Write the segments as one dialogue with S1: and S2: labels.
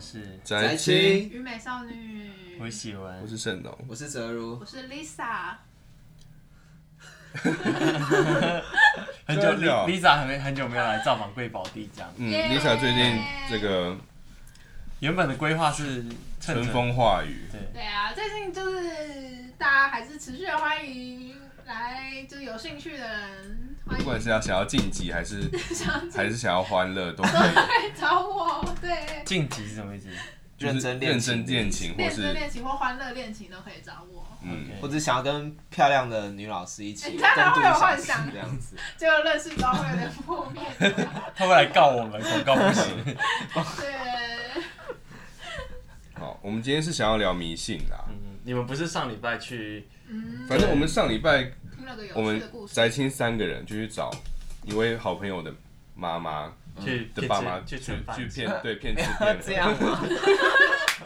S1: 是
S2: 宅
S3: 青，
S2: 青，
S4: 虞美少女，
S1: 我喜
S2: 我
S1: 欢，
S2: 是盛龙，
S3: 我是泽如
S4: 我，是 Lisa，
S1: 很久
S2: 真的哦
S1: Lisa 很很久没有来造访贵宝地这样。
S2: 嗯
S4: 耶
S2: ，Lisa 最近这个
S1: 原本的规划是趁着
S2: 春风化雨，
S4: 对啊，最近就是大家还是持续的欢迎来，就是有兴趣的人欢
S2: 不
S4: 迎
S2: 管是要想要晋级还是
S4: 想
S2: 还是想要欢乐，都可以，
S4: 来找我，对，
S1: 晋级是什么意思？
S2: 就是
S3: 认真
S2: 认
S3: 练琴
S2: 真练琴，或
S4: 恋真
S2: 是
S4: 恋情或欢乐恋情都可以找我，
S2: 嗯，
S3: 我只想要跟漂亮的女老师一起
S4: 你
S3: 共
S4: 看他
S3: 度
S4: 会
S3: 一
S4: 有
S3: 小
S4: 幻
S3: 时
S4: 想
S3: 这样子，
S4: 结果认识之后会有点负面，
S1: 他会来告我们，广告不行。
S4: 对，
S2: 好，我们今天是想要聊迷信啦，
S1: 嗯，你们不是上礼拜去？
S4: 嗯，
S2: 反正我们上礼拜
S4: 听了个
S2: 我
S4: 有趣
S2: 们
S4: 的故事，
S2: 宅青三个人就去找一位好朋友的妈妈
S1: 去
S2: 的爸妈
S1: 去
S2: 去
S1: 吃饭
S2: 去骗对骗吃
S3: 这
S2: 骗
S3: 样
S2: 喝，
S3: 吗？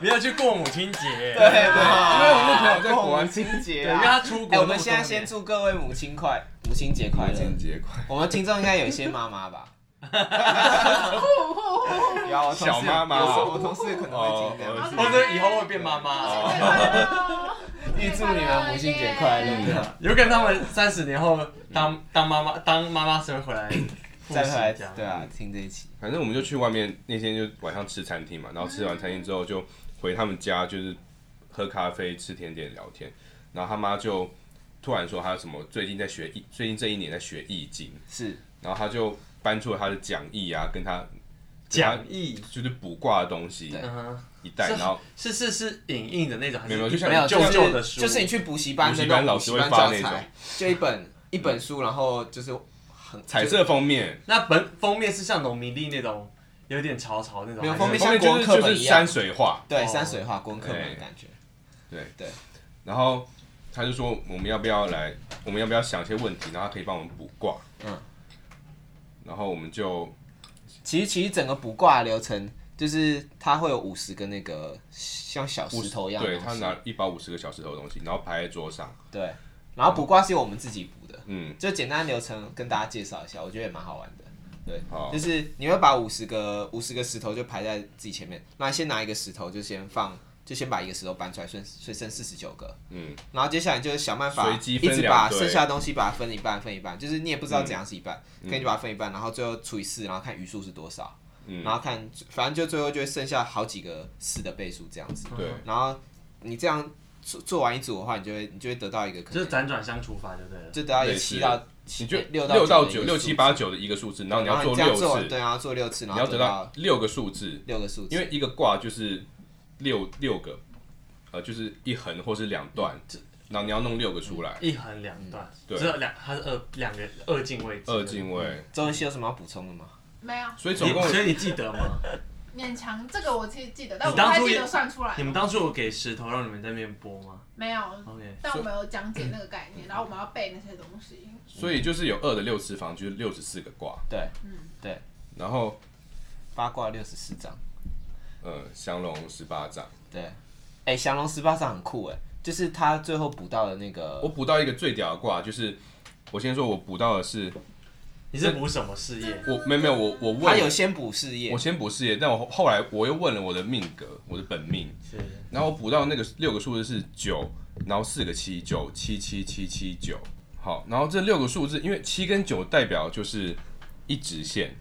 S1: 没有去过母亲节。
S3: 对
S1: 对，
S3: 吧？
S2: 因为我们朋友在国
S3: 过
S2: 外
S3: 母亲节
S1: 因为
S3: 啊，
S1: 他出
S3: 哎，
S1: 国那么多年。
S3: 我们现在先祝各位母亲快母亲节快乐。
S2: 情节快，
S3: 我们听众应该有一些妈妈吧？
S4: 呼呼呼呼，
S3: 有啊，我同事
S2: 小妈妈
S3: 有时候我同事可能会听这
S2: 哦
S3: 样。
S1: 或者以后会变妈妈
S4: 母
S1: 哦。
S4: 亲
S3: 预
S4: 节快乐哦，
S3: 祝你们母亲节快乐，
S4: 耶
S3: 这样
S1: 有可能他们三十年后当当妈妈当妈妈时候回来
S3: 再回来
S1: 复习这样
S3: 对啊，听这一期。
S2: 反正我们就去外面那天就晚上吃餐厅嘛，然后吃
S3: 嗯
S2: 完餐厅之后就回他们家，就是喝咖啡、吃甜点、聊天。然后他妈就突然说他什么最近在学易，最近这一年在学易经，
S3: 是，
S2: 然后他就搬出了他的讲义啊，跟他
S1: 讲义。
S2: 就是卜卦的东西
S3: 对
S1: 嗯哼，
S2: 一袋，然后
S1: 是是是影印的那种，还是
S2: 没有就像
S3: 没有，
S1: 旧
S3: 就
S1: 旧的书？
S3: 是就是你去补习班
S2: 补
S3: 的
S2: 习
S3: 那
S2: 班
S3: 种
S2: 老
S3: 补
S2: 师
S3: 习
S2: 会
S3: 班
S2: 发
S3: 教
S2: 那种
S3: 材，就一本一本书，然后就是很
S2: 彩，色封面，
S1: 那本封面是像农民历那种，有点潮潮那种。
S3: 没有
S1: 还是
S3: 封面
S2: 封面
S3: 像国
S2: 就
S3: 文
S2: 是
S3: 课
S2: 就
S3: 本
S2: 是
S3: 一样
S2: 山水画。
S3: 对
S1: 哦
S3: 山水画功课本的
S2: 对
S3: 感觉。
S2: 然后他就说我们要不要来，我们要不要想一些问题，然后他可以帮我们卜卦。
S3: 嗯，
S2: 然后我们就
S3: 其实其实整个卜卦的流程，就是它会有五十个那个像小石头一样的
S2: 对
S3: 东西，
S2: 他拿一包五十个小石头的东西，然后排在桌上。
S3: 对，然后卜卦是由我们自己卜的，
S2: 嗯，
S3: 就简单流程跟大家介绍一下，我觉得也蛮好玩的。对，
S2: 好
S3: 就是你会把五十个五十个石头就排在自己前面，那先拿一个石头就先放，就先把一个石头搬出来，剩所以剩四十九个。
S2: 嗯，
S3: 然后接下来就是想办法
S2: 随机
S3: 一
S2: 分
S3: 直
S2: 两
S3: 把
S2: 队嗯
S3: 剩下的东西把它分一半，分一半，就是你也不知道怎样是一半，可以就把它分一半，然后最后除以四，然后看余数是多少，
S2: 嗯
S3: 然后看反正就最后就会剩下好几个四的倍数这样子。
S2: 对，
S3: 然后你这样做做完一组的话，你就会你就会得到一个可
S1: 就
S3: 能
S1: 是辗转相处法就对了。
S3: 就得到一
S2: 类
S3: 个
S2: 似
S3: 七到七
S2: 你就
S3: 六
S2: 六到
S3: 到
S2: 九
S3: 的一个
S2: 六
S3: 数
S2: 七
S3: 字
S2: 八九的一个数字，然后你要做
S3: 这
S2: 六
S3: 样做，
S2: 次，
S3: 对，然后做六次，然
S2: 你
S3: 后
S2: 要得
S3: 得到
S2: 到六个数字，
S3: 六个数字，
S2: 因为一个卦就是六六个，呃，就是一横或是两
S3: 嗯
S2: 段，然后你要弄六个出来，
S1: 一横两段，
S2: 嗯对
S1: 只有两，它是二两个二进位置。
S3: 嗯
S2: 二进位，
S3: 周文熙有什么要补充的吗？
S4: 没有
S2: 所以
S1: 你。
S2: 总共
S1: 所以你记得吗？
S4: 勉强这个我记记得，但我
S1: 你
S4: 不
S1: 当
S4: 太
S1: 初
S4: 记
S1: 也
S4: 得算出来
S1: 你们当初有给石头让你们在那边播吗
S4: 没有，
S1: ？OK，
S4: 但我们有讲解那个概念，然后我们要背那些东西，
S2: 所以就是有二的六次方，就是六十四个卦，
S3: 对，
S4: 嗯
S2: 然后
S3: 八卦六十四章，
S2: 呃，降龙十八掌，
S3: 对，哎，降龙十八掌很酷哎，就是他最后补到的那
S2: 我
S3: 个，
S2: 补到一个最屌的卦，就是我先说，我补到的是
S1: 你是补什么事业？
S2: 我没有没有我我
S3: 他
S2: 问
S3: 有先补事业
S2: 我，先补事业，但我后后来我又问了我的命格，我的本命，
S1: 是
S2: 然后我补到那个六个数字是九，然后四个七，九七七七七九。好，然后这六个数字，因为七跟九代表就是一直线，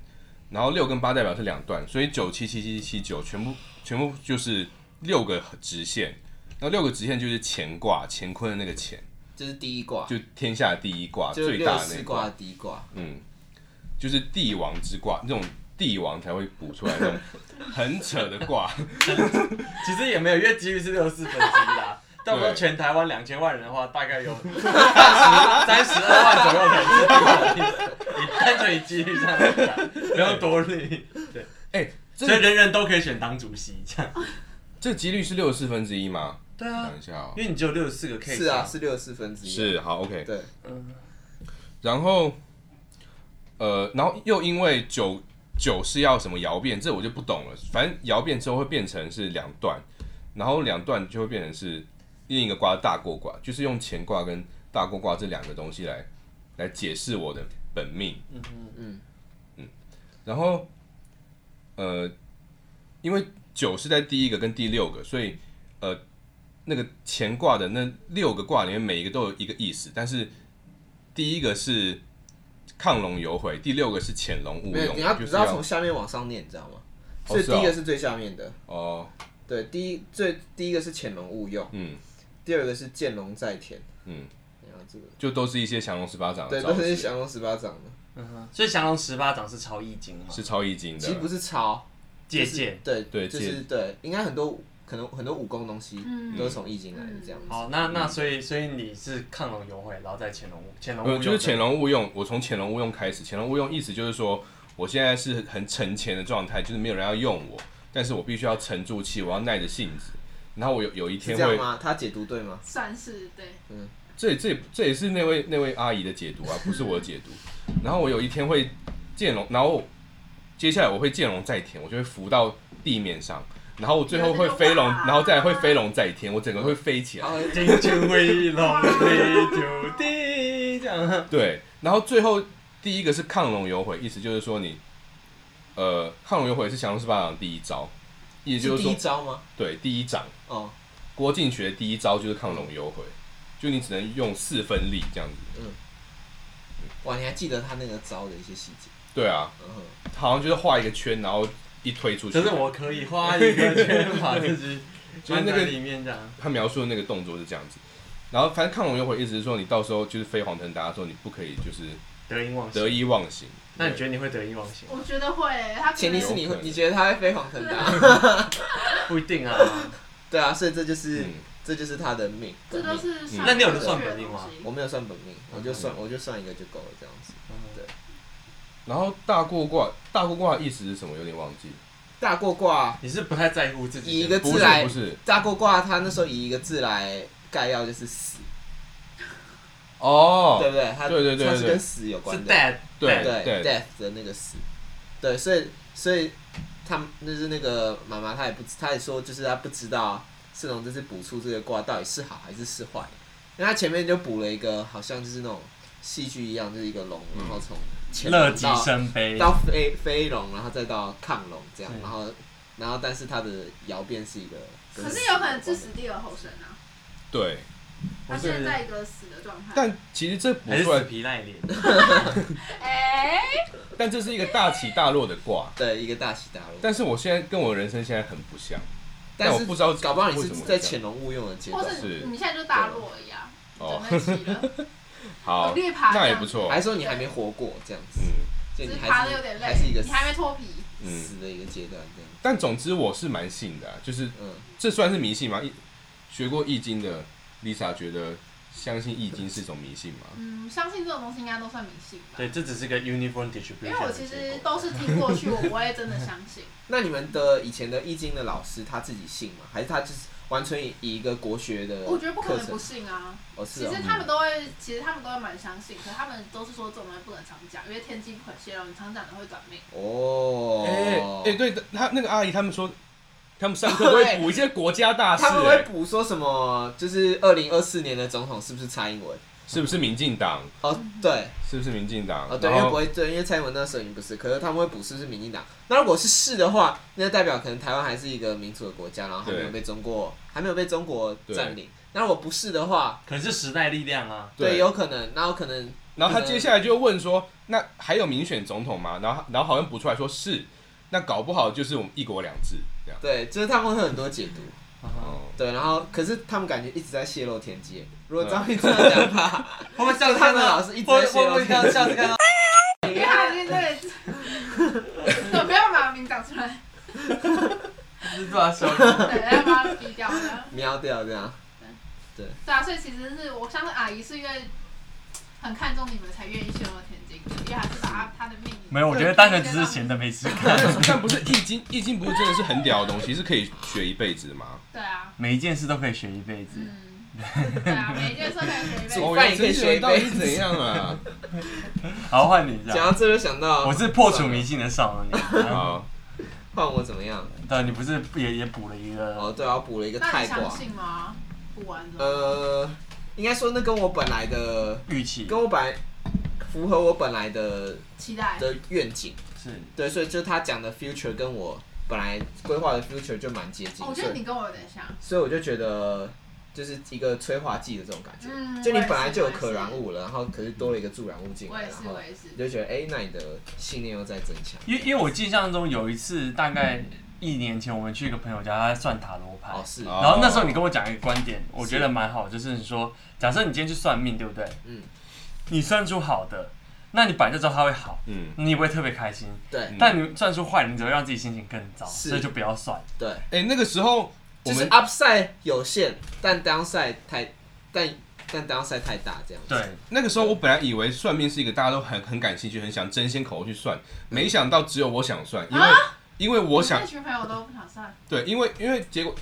S2: 然后六跟八代表是两段，所以九七七七七九全部全部就是六个直线。那六个直线就是乾卦，乾坤的那个乾，
S3: 就是第一卦，
S2: 就天下第一卦，
S3: 就是
S2: 最
S3: 六
S2: 大
S3: 十
S2: 的那
S3: 四
S2: 个
S3: 卦的第一卦，
S2: 嗯，就是帝王之卦，那种帝王才会补出来那种 很扯的卦。
S1: 其实也没有，因为几率是六四分之一啦。但我们全台湾两千万人的话，大概有三十三十二万左右的人是不同意的。你单纯以几率上来讲，不用多虑。对，
S2: 哎、
S1: 所以人人都可以选当主席这样。
S2: 这几率是六十四分之一吗？
S1: 对啊
S2: 等，一下哦、
S1: 因为你只有六十四个 K。
S3: 是啊，是六十四分之一，，
S2: 是好 OK。
S3: 对，
S2: 然后，呃，然后又因为九九是要什么爻变，这我就不懂了。反正爻变之后会变成是两段，然后两段就会变成是另一个卦大过卦，就是用乾卦跟大过卦这两个东西来来解释我的本命。嗯嗯嗯。然后，呃，因为九是在第一个跟第六个，所以呃，那个乾卦的那六个卦里面每一个都有一个意思，但是第一个是亢龙有悔，第六个是潜龙勿
S3: 没有，
S2: 用，
S3: 你要
S2: 就
S3: 你
S2: 是
S3: 要从下面往上念，你知道吗？
S2: 哦
S3: 所以
S2: 是
S3: 第
S2: 哦
S3: 一个是最下面的，
S2: 哦，
S3: 对，第一最第一个是潜龙勿用，
S2: 嗯
S3: 第二个是见龙在田，
S2: 嗯，
S3: 然后这个
S2: 就都是一些降龙十八掌
S3: 对
S2: 的
S3: 都
S2: 招
S3: 是
S2: 式，
S3: 降龙十八掌的，
S5: 嗯哼，所以降龙十八掌是抄易经嘛，
S2: 是超易经
S3: 其实
S2: 的
S3: 不，是抄，
S5: 借
S3: 就是
S5: 鉴。
S3: 对
S2: 对
S3: 就是对，应该很多可能很多武功的东西
S4: 嗯
S3: 都是从易经来的这样
S2: 嗯
S3: 子。
S5: 好，那那所以所以你是亢龙有悔，然后再潜龙勿潜龙勿
S2: 呃，
S5: 用，
S2: 就是潜龙勿用，我从潜龙勿用开始，潜龙勿用意思就是说我现在是很沉潜的状态，就是没有人要用我，但是我必须要沉住气，我要耐着性子，然后我有有一
S3: 是
S2: 天
S3: 这样
S2: 会
S3: 吗？他解读对吗？
S4: 算是对，
S2: 这这这也是那位那位阿姨的解读啊，不是我的解读。然后我有一天会见龙，然后接下来我会见龙在天，我就会浮到地面上，然后我最后会飞龙，然后再来会飞龙在天，我整个会飞起来。
S3: 他会
S5: 金君威龙飞九地这样。
S2: 对，然后最后第一个是亢龙有悔，意思就是说你，呃，亢龙有悔是降龙十八掌第一招，也就是是
S3: 第
S2: 说
S3: 一招吗？
S2: 对第一掌，
S3: 哦，
S2: 郭靖学第一招就是亢龙有悔，就你只能用四分力这样子。
S3: 哇，你还记得他那个招的一些细节？
S2: 对啊，
S3: 嗯哼，
S2: 好像就是画一个圈，然后一推出
S5: 可
S2: 去。
S5: 是我可以画一个圈把自己
S2: 就是
S5: 关
S2: 那个
S5: 在里面这样。
S2: 他描述的那个动作是这样子。然后反正亢龙有悔意思是说，你到时候就是飞黄腾达的时候，你不可以就是
S5: 得意忘
S2: 得
S5: 形。
S2: 意忘形。
S5: 那你
S2: 对
S5: 觉得你会得意忘形？
S4: 我觉得会，他可能
S3: 前提是你
S2: 有可能
S3: 会，
S2: 啊
S3: 你觉得他会飞黄腾达？
S5: 不一定啊。
S3: 对啊，所以这就是
S2: 嗯
S3: 这就是他的命。
S4: 这都
S3: 本命
S4: 是算
S5: 那你有算本命吗
S3: 我没有算本命，我就
S2: 嗯
S3: 算我就算一个就够了，这样子。
S2: 然后大过卦，大过卦的意思是什么？有点忘记。
S3: 大过卦
S5: 你是不太在乎自己
S3: 以一个
S2: 不
S3: 字
S2: 是
S3: 来
S2: 不，是
S3: 大过卦他那时候以一个字来概要就是死，
S2: 哦，
S3: 对不对？他
S2: 对对对
S3: 他
S2: 对
S3: 是
S2: 对
S3: 跟死有关
S5: 是
S3: 的，
S5: dead
S2: 对
S5: dead
S3: 对 death 的那个死，对，所以所以他就是那个妈妈，她也不知她也说，就是她不知道世龙这次补出这个卦到底是好还是是坏，因为她前面就补了一个好像就是那种戏剧一样，就是一个龙，然后从乾
S5: 乐
S3: 隆
S5: 极
S3: 到
S5: 生悲。
S3: 到飞飞龙，然后再到亢龙这样
S5: 对，
S3: 然后然后但是它的爻变是一个跟
S4: 可
S3: 死
S4: 是
S3: 有
S4: 有可
S3: 关的，
S4: 能致死地而后生啊，
S2: 对。
S4: 他
S5: 我是
S4: 现在一个死的状
S3: 啊
S4: 态。
S2: 但其实这不
S5: 还是
S2: 出
S5: 死
S2: 来，
S5: 皮赖脸，
S4: 哎，
S2: 但这是一个大起大落的卦。
S3: 对一个大起大落。
S2: 但是我现在跟我人生现在很不像。但
S3: 但
S2: 我
S3: 是
S2: 不知道
S3: 搞不好你
S2: 为
S3: 是
S2: 什么会
S3: 在
S2: 这样
S3: 潜龙勿用的阶
S4: 或
S3: 段，
S4: 是你现在就大落而已啊，
S2: 哦
S4: 整，在起了，
S2: 好
S4: 有，略
S3: 啊
S4: 爬这
S2: 那
S4: 样
S2: 也不错
S3: 还。是说你还没活过这样子？
S2: 嗯，
S3: 就
S4: 只
S3: 你
S4: 是
S3: 还
S4: 爬的
S3: 是
S4: 有点
S3: 还是一
S4: 累，
S3: 个
S4: 你还没脱皮。
S2: 嗯
S3: 死的一个阶段这样。
S2: 但总之我是蛮信的啊、就是
S3: 嗯，
S2: 这算是迷信吗？易学过易经的 Lisa 觉得相信易经是一种迷信吗？
S4: 嗯，相信这种东西应该都算迷信吧。
S5: 对，这只是个 uniform
S4: 因
S5: distribution
S4: 为我
S5: 的
S4: 其
S5: 结果。
S4: 实都是听过去，我不会真的相信。
S3: 那你们的以前的易经的老师他自己信吗？还是他就是完全以以一个国学的课程？
S4: 我觉得不可能不信啊。
S3: 哦，
S4: 其
S3: 是哦
S4: 实，他们都会，其实他们都会蛮相信，可他们都是说这种东西不能常讲，因为天机不可泄露，你常讲的会短命。
S3: 哦，
S2: 哎哎、对的，他那个阿姨他们说，他们上课都会
S3: 对
S2: 补一些国家大事、
S3: 他们会
S2: 哎，
S3: 补说什么？就是二零二四年的总统是不是蔡英文？
S2: 是不是民进党？
S3: 哦，
S4: 嗯
S3: 对，
S2: 是不是民进党？
S3: 哦对，
S2: 然
S3: 因为
S2: 后
S3: 不会对，因为蔡英文那时候已经不是，可是他们会补是不是民进党？那如果是是的话，那代表可能台湾还是一个民主的国家，然后还没有
S2: 对
S3: 被中国还没有被中国
S2: 对
S3: 占领。那如果不是的话，
S5: 可是时代力量啊，
S3: 对，
S2: 对
S3: 有可能，然后可能，
S2: 然后他接下来就问说，那还有民选总统吗？然后然后好像补出来说是，那搞不好就是我们一国两制这样。
S3: 对，就是他们会有很多解读，
S2: 哦，
S3: 对，然后可是他们感觉一直在泄露天机。如果照你这样讲法，
S5: 会不会下次
S3: 他
S5: 看
S3: 们
S5: 到
S3: 老师一直
S5: 会
S3: 在
S5: 会
S3: 泄
S5: 不
S3: 露
S5: 会
S3: 天
S5: 看
S3: 机
S5: 下次看到？
S4: 因为他已经对，对，不要把名讲出来，
S5: 是吧？手
S4: 对，要把它逼掉的。
S3: 瞄掉这样。
S4: 对啊，所以其实是我相信阿姨是因为很看重你们才愿意泄露天机的，因为还是把她她的命。
S5: 没有，我觉得单纯只是闲的没事干，
S2: 但但不是易经，易经不是真的是很屌的东西，是可以学一辈子的吗？
S4: 对啊，
S5: 每一件事都可以学一辈子。
S4: 嗯，对啊，每一件事都可以学一辈子。
S3: 煮
S2: 哦，
S3: 饭
S2: 原
S3: 也可以
S2: 来
S3: 学一辈子
S2: 到底是怎样 啊？
S5: 好，换你这
S3: 讲
S5: 样。
S3: 到这就想到，
S5: 啊我是破除迷信的少年。
S2: 好，
S3: 换我怎么样？
S5: 对，你不是也也补了一
S3: 哦，
S5: 个？
S3: 对啊，我补了一个
S4: 那
S3: 泰
S4: 你相
S3: 国。
S4: 信吗？不玩的。
S3: 呃，应该说那跟我本来的，
S5: 预期
S3: 跟我本来符合我本来的
S4: 期待。
S3: 的愿景。
S5: 是
S3: 对，所以就他讲的 future 跟我本来规划的 future 就蛮接近，
S4: 哦我觉
S3: 所
S4: 得
S3: 以
S4: 你跟我有点像，
S3: 所以我就觉得就是一个催化剂的这种感觉，
S4: 嗯
S3: 就你
S4: 我也
S3: 本来
S4: 是
S3: 就有
S4: 我也
S3: 可
S4: 是
S3: 燃物了，然后可是多了一个助燃物进
S4: 我
S3: 来，
S4: 也
S3: 然
S4: 是，
S3: 后
S4: 我也是
S3: 你。就觉得哎、那你的信念又在增强，
S1: 因为因为我印象中有一次，大概一年前，我们去一个朋友家，他在算塔罗牌。
S3: 哦是，
S2: 啊
S1: 然后那时候你跟我讲一个观点，我觉得蛮好，就是你说，假设你今天去算命，对不对？
S3: 嗯，
S1: 你算出好的，那你本来就知道它会好，
S2: 嗯，
S1: 你也不会特别开心。
S3: 对
S2: 嗯
S1: 但你算出坏，你只会让自己心情更糟，
S3: 是
S1: 所以就不要算。
S3: 对，
S2: 哎、那个时候我
S3: 就是
S2: 们
S3: upside 有限，但 downside 太但但 downside 太大这样子，
S1: 对，
S2: 那个时候我本来以为算命是一个大家都很很感兴趣、很想争先恐后去算，没想到只有我想算，因为、
S3: 啊
S2: 因为我想
S4: 那群朋友都不想算，
S2: 对，因为因为结果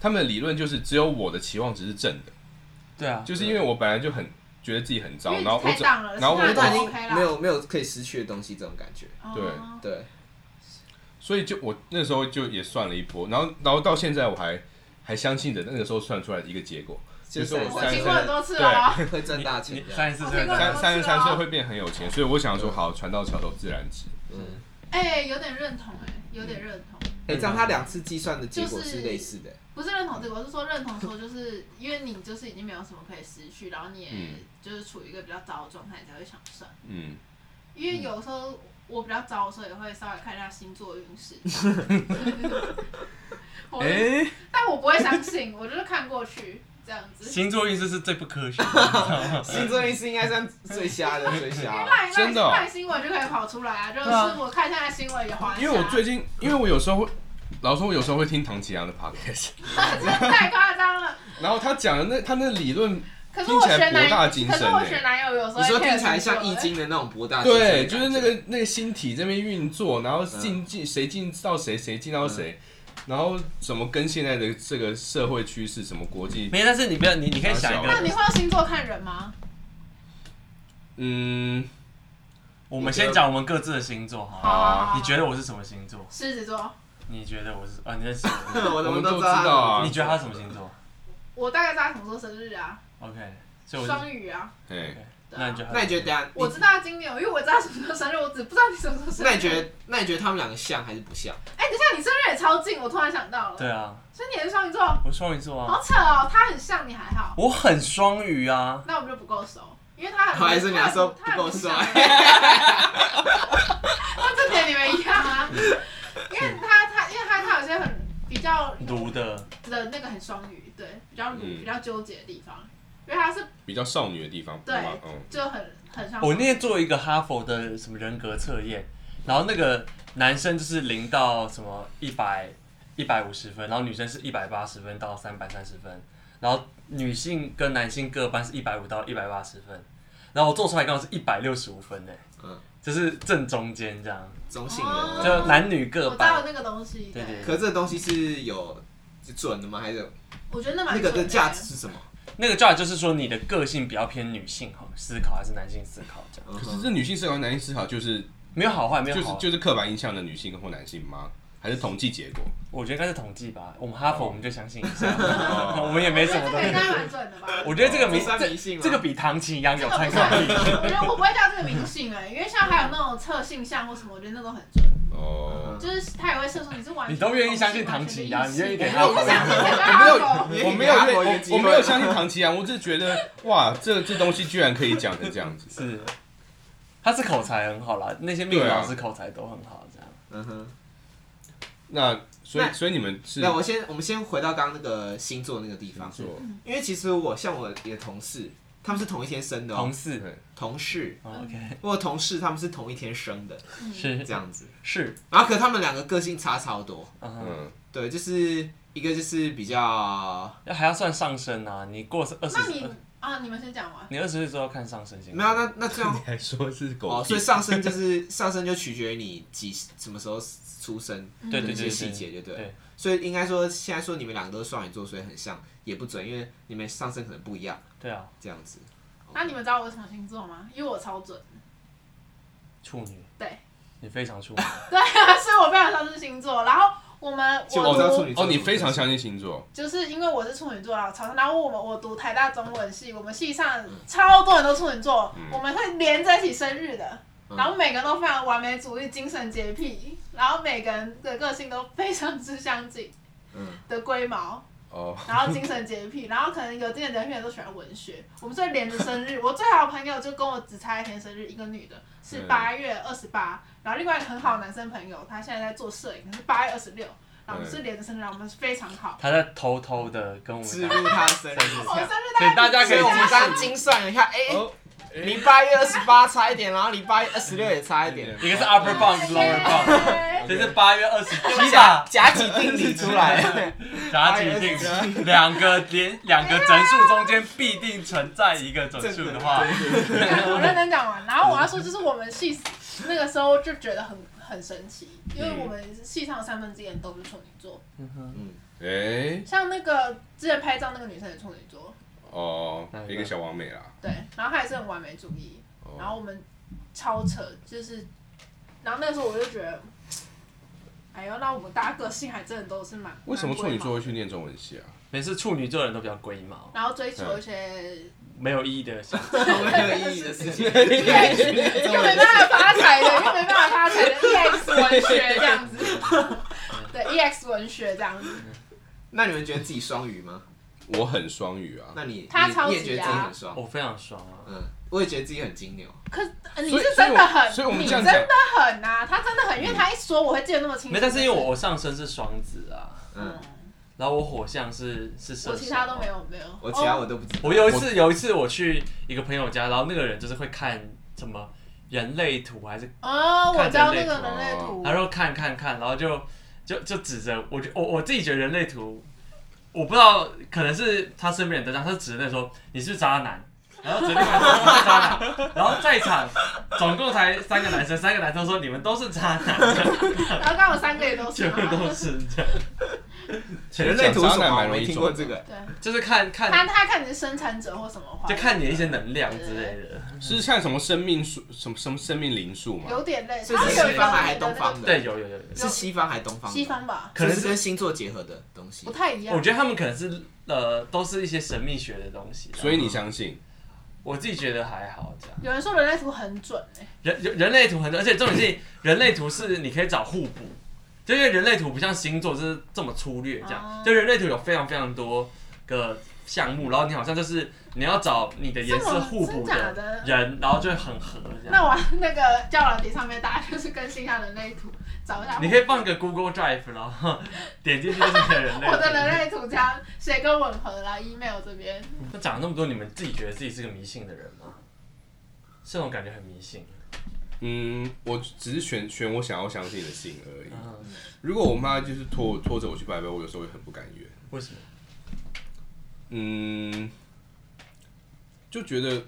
S2: 他们的理论就是只有我的期望值是正的，
S1: 对啊，
S2: 就是因为我本来就很觉得自己很糟，
S4: 因为
S2: 然后
S4: 你
S2: 我
S4: 太
S2: 只
S4: 荡了，
S2: 然后我
S4: 其
S3: 因为
S4: 他
S3: 他
S4: 人
S3: 已
S4: 都
S3: 经
S4: OK
S3: 没
S4: 啦。
S3: 有没有可以失去的东西这种感觉，
S2: 对
S4: 哦
S3: 对，
S2: 所以就我那时候就也算了一波，然后然后到现在我还还相信着那个时候算出来的一个结果，
S3: 就
S2: 就是我
S4: 我
S2: 三
S4: 听
S2: 十
S4: 过很多次了，
S3: 会挣大钱
S1: 你
S3: 这样，
S1: 三十四
S4: 我
S1: 岁
S4: 听过
S1: 的
S2: 三三十三岁会变很有钱，所以我想说好，船到桥头自然直，
S3: 嗯，
S4: 哎，有点认同，哎，有点认同。
S3: 哎、这样他两次计算的结果是类似的，
S4: 不是认同这个，我是说认同说，就是因为你就是已经没有什么可以失去，然后你也
S2: 嗯
S4: 就是处于一个比较糟的状态，你才会想算。
S2: 嗯，
S4: 因为有时候我比较糟的时候，也会稍微看一下星座运 势。我
S2: 哎、
S4: 但我不会相信，我就是看过去这样子。
S1: 星座运势是最不科学的。
S3: 新增一次应该算最瞎的，最瞎的。
S4: 赖
S2: 真的哦
S4: 赖赖新闻就可以跑出来啊！就
S1: 对啊
S4: 是我看现在新闻也滑一下，
S2: 因为我最近，因为我有时候会，老实说，我有时候会听唐奇 阳的 podcast，
S4: 真的太夸张了。
S2: 然后他讲的那他那理论，
S4: 可是我
S2: 听起来
S4: 选男，
S2: 博大精
S4: 可
S2: 深
S4: 是
S2: 欸
S4: 我选男友有时候
S3: 你说
S4: 也可以
S3: 听起来像
S4: 很久
S3: 易
S4: 欸，
S3: 经的那种博大精深的
S2: 对，
S3: 感觉
S2: 啊就是嗯那个那个星体这边运作，然后进进谁进到谁，谁进到谁，然后怎么跟现在的这个社会趋势，什么国际，
S1: 没，但是你不要，你你可以想一
S4: 那
S1: 个
S4: 你，会用星座看人吗？
S2: 嗯，
S1: 我们先讲我们各自的星座
S4: 哦
S1: 哈。
S2: 啊
S1: 你觉得我是什么星座？
S4: 狮子座？
S1: 你觉得我是啊？你认识
S3: 嗯我
S2: 我
S3: 怎么
S2: 们都
S3: 知
S2: 知
S3: 道
S2: 道
S1: 我？
S2: 啊
S1: 你觉得他是什么星座
S4: 我大概知道他什么时候生日啊？
S1: ？OK，所以我是
S4: 双鱼啊。
S2: 哎，
S4: 对啊
S1: 那你觉得他是
S3: 那你觉得等下？
S4: 我知道他今年，因为我知道他什么时候生日，我只不知道你什么时候生日。
S3: 那你觉？得？那你觉得他们两个像还是不像？
S4: 哎、等一下，你生日也超近，我突然想到了。
S1: 对啊，
S4: 所以你也是双鱼座，
S3: 哦
S1: 我双鱼座啊，
S4: 好扯哦，他很像你还好，
S1: 我很双鱼啊。
S4: 那我们就不够熟，因为他很。
S3: 好还是你要说
S4: 他很
S3: 不够熟
S4: 他很那这点你们一样啊，
S3: 嗯
S4: 因为他他因为他他有些很比较
S1: 毒的，
S4: 的那个很双鱼，对，比较鲁、
S2: 嗯
S4: 比较纠结的地方，因为他是
S2: 比较少女的地方，
S4: 对
S2: 吧嗯，
S4: 就很很像。
S1: 我那天做一个哈佛的什么人格测验，然后那个男生就是零到什么一百一百五十分，然后女生是一百八十分到三百三十分，然后女性跟男性各班是一百五到一百八十分，然后我做出来刚好是一百六十五分呢、
S3: 嗯
S1: 就是正中间这样，
S3: 中性人，
S4: 哦
S1: 就男女各
S4: 我知道
S1: 半，
S4: 那个东西，
S1: 对对
S4: 对，
S1: 对
S3: 可这个东西是有是准的吗？还是有
S4: 我觉得那蛮
S3: 那个
S4: 准
S3: 的
S4: 的
S3: 价值是什么？
S1: 那个 judge 就是说你的个性比较偏女性思考还是男性思考这样，
S3: 嗯
S2: 可
S3: 哼
S2: 是这女性思考、男性思考，就是
S1: 没有好坏，没有
S2: 就
S1: 好
S2: 是
S1: 坏
S2: 就是刻板印象的女性或男性吗？还是统计结果？
S1: 我觉得应该是统计吧，我们哈佛
S2: 哦
S1: 我们就相信一下， 我们也没
S4: 我
S1: 什
S4: 觉得
S1: 么
S4: 这
S1: 东
S4: 个应
S1: 西。
S4: 该蛮准的吧。
S1: 我觉得这个
S3: 这
S1: 明
S3: 算迷
S1: 这
S3: 信吗？
S1: 这个比唐奇一样有
S4: 这个
S1: 参
S4: 不算
S1: 考力。，
S4: 我觉得我不会叫这个明信哎、因为像还有那种测性向或什么，我觉得那种很准，
S2: 哦，
S4: 就是他也会测出你是完 全
S1: 你都愿意相信唐奇啊
S4: 完全的
S1: 你愿意给
S4: 我不相信这个阿狗，
S3: 没有
S2: 我没有
S3: 给他
S2: 认
S3: 某一个
S2: 我
S3: 机
S2: 我
S3: 会
S2: 没有相信唐奇阳，我只是觉得哇，这这东西居然可以讲成这样子。
S1: 是，他是口才很好啦，那些命理老师口才都很好，这样。
S3: 嗯哼。
S2: 那所
S3: 那
S2: 以所以你们是
S3: 那我先我们先回到刚刚那个星座那个地方，
S2: 做
S3: 因为其实我像我的同事，他们是同一天生的哦
S1: 同，事
S3: 同 事，
S1: 哦，OK，
S3: 我有同事他们是同一天生的，
S4: 嗯
S1: 是
S3: 嗯这样子。
S1: 是，
S3: 然后可他们两个个性差超多，
S1: 嗯，
S2: 嗯，
S3: 对，就是一个就是比较
S1: 还要算上升啊，你过二十
S4: 那，你啊，你们先讲完。
S1: 你二十岁之后看上升星
S3: 没有啊
S1: 座，
S3: 那那这 样
S2: 你还说是狗
S3: 哦，
S2: 屁
S3: 所以上升就是上升就取决于你几什么时候出生
S1: 对
S3: 的
S1: 对对
S3: 一些
S1: 对
S3: 细节，就对了。
S1: 对，
S3: 所以应该说现在说你们两个都是双鱼座，所以很像也不准，因为你们上升可能不一样
S1: 对啊，
S3: 这样子。
S4: 那啊你们知道我是什么星座吗？因为我超准，
S1: 处女，
S4: 对，
S1: 你非常处女，
S4: 对啊，所以我非常相信星座。然后我们
S3: 其实我知道处
S4: 我读
S3: 女座
S2: 哦，你非常相信星座，
S4: 就是因为我是处女座啦，常然后我们我读台大中文系，我们系上超多人都处女座，我们会连在一起生日的，
S3: 嗯
S4: 然后每个人都非常完美主义、精神洁癖，然后每个人的个性都非常之相近
S3: 嗯，
S4: 的龟毛，
S2: 哦，
S4: 然后精神洁癖， 然后可能有精神洁癖的人都喜欢文学。我们最连着生 日，我最好的朋友就跟我只差一天生日，一个女的是
S2: 嗯
S4: 八月二十八，然后另外一个很好的男生朋友，他现在在做摄影，是八月二十六，然后我们是连着生日，然后我们是非常好。
S1: 他在偷偷的跟我
S3: 哦植
S1: 们
S3: 入
S1: 打。
S3: 他的生日
S4: 我
S3: 票。
S4: 生日
S1: 对大家
S4: 大
S1: 可
S3: 所
S1: 以
S3: 以我们
S1: 记
S3: 刚刚精算了一下，哎、
S2: 哦
S3: 离八月二十八差一点，然后离八月二十六也差一点，
S1: 一个是 upper bound，一个是 lower bound，
S4: 棒
S5: 这是八月二十七
S3: 假
S5: 吧？
S3: 假几定理出来，
S1: 加几定，两个连两个整数中间必定存在一个整数的话，
S4: 我认真讲完，然后我要说，就是我们系那个时候就觉得很很神奇，因为我们
S2: 嗯
S4: 系上三分之一人都是处女座，
S2: 哎，
S4: 像那个之前拍照那个女生也处女座，
S2: 哦
S1: 哪一，个
S2: 一个小王美啦，
S4: 对，然后她也是很完美主义，
S2: 哦
S4: 然后我们超扯，就是，然后那时候我就觉得，哎呦，那我们大家个性还真的都是蛮
S2: 为什么处女座？
S4: 蛮
S2: 会
S4: 龟
S2: 去念中文系啊？
S1: 每次处女座的人都比较龟毛
S4: 毛，然后追
S2: 嗯
S4: 求一些
S1: 没有意义的想法。
S3: 没有意义的事情。
S4: 又没办法发财的，又没办法发财的 EX 文学这样子，对 EX 文学这样子，
S3: 那你们觉得自己双鱼吗？
S2: 我很双语啊，
S3: 那你
S4: 他
S3: 你
S4: 超
S3: 你
S4: 级啊
S3: 也觉得自己很 双，
S1: 我非常爽啊！
S3: 嗯，我也觉得自己很金牛，
S4: 可是呃你
S2: 所以
S4: 是真的很，
S2: 所以我们
S4: 你
S2: 所以我们
S4: 真
S2: 这样
S4: 的很呐、他真的很，因为他一说我会记得那么清楚。
S1: 没，但是因为我我上身是双子啊，
S3: 嗯，
S1: 然后我火象是是射手，
S4: 我其他都没。有没有，
S3: 我其他
S4: 哦
S3: 我都不知道。
S1: 我有一次有一次我去一个朋友家，然后那个人就是会看什么人类图还是
S4: 哦，我
S1: 看
S4: 知道那
S1: 人类
S4: 个
S2: 图
S4: 人类图，
S1: 他说看看看，然后就就就指着我觉我我自己觉得人类图，我不知道可能是他身边人都这样，他就指着那说你是不是渣男，然后指着另外一个说你是不是渣男，然后在场总共才三个男生，三个男生说你们都是渣男，
S4: 然后刚好三个也都是
S1: 全
S4: 嘛，
S1: 部都是这样，
S3: 人类图什
S2: 讲渣男
S3: 么？我
S2: 蛮容易
S3: 没听过
S2: 中
S3: 这个。
S4: 对，
S1: 就是看看
S4: 他他看你是生产者或什么话，
S1: 就看你的一些能量之类的，
S2: 是看什么生命数，什么什么生命灵数吗？
S4: 有点类
S3: 所
S4: 似，
S3: 以
S4: 他
S3: 是
S4: 们有一
S3: 西
S4: 个
S3: 方还是东
S4: 那
S3: 方的？，
S1: 对有有有有，
S3: 是西方还是东
S4: 个
S3: 方的？
S4: 西方吧，
S1: 可能
S3: 是
S1: 是
S3: 跟星座结合的东西
S4: 不。太一样。
S1: 我觉得他们可能是呃都是一些神秘学的东西，啊
S2: 所以你相信？
S1: 我自己觉得还好这样。
S4: 有人说人类图很准哎、
S1: 人人人类图很多，而且重点是人类图是你可以找互补，就因为人类图不像星座就是这么粗略这样，
S4: 哦
S1: 就人类图有非常非常多个项目，然后你好像就是你要找你的颜
S4: 这
S1: 色
S4: 么
S1: 互补
S4: 真假的
S1: 人，然后就会很合这样。
S4: 那我 那个教软体上面大家就是更新一下人类图，找一下
S1: 你可以放个 Google Drive，然后点进去就是你的 人类图。
S4: 我的人类图这样谁跟吻合啦，email 这边。
S1: 那讲了那么多，你们自己觉得自己是个迷信的人吗？这种感觉很迷信。
S2: 嗯，我只是选选我想要相信的信而已。
S1: 嗯，
S2: 如果我妈就是拖拖着我去拜拜，我有时候会很不甘愿。
S1: 为什么？
S2: 嗯，就觉得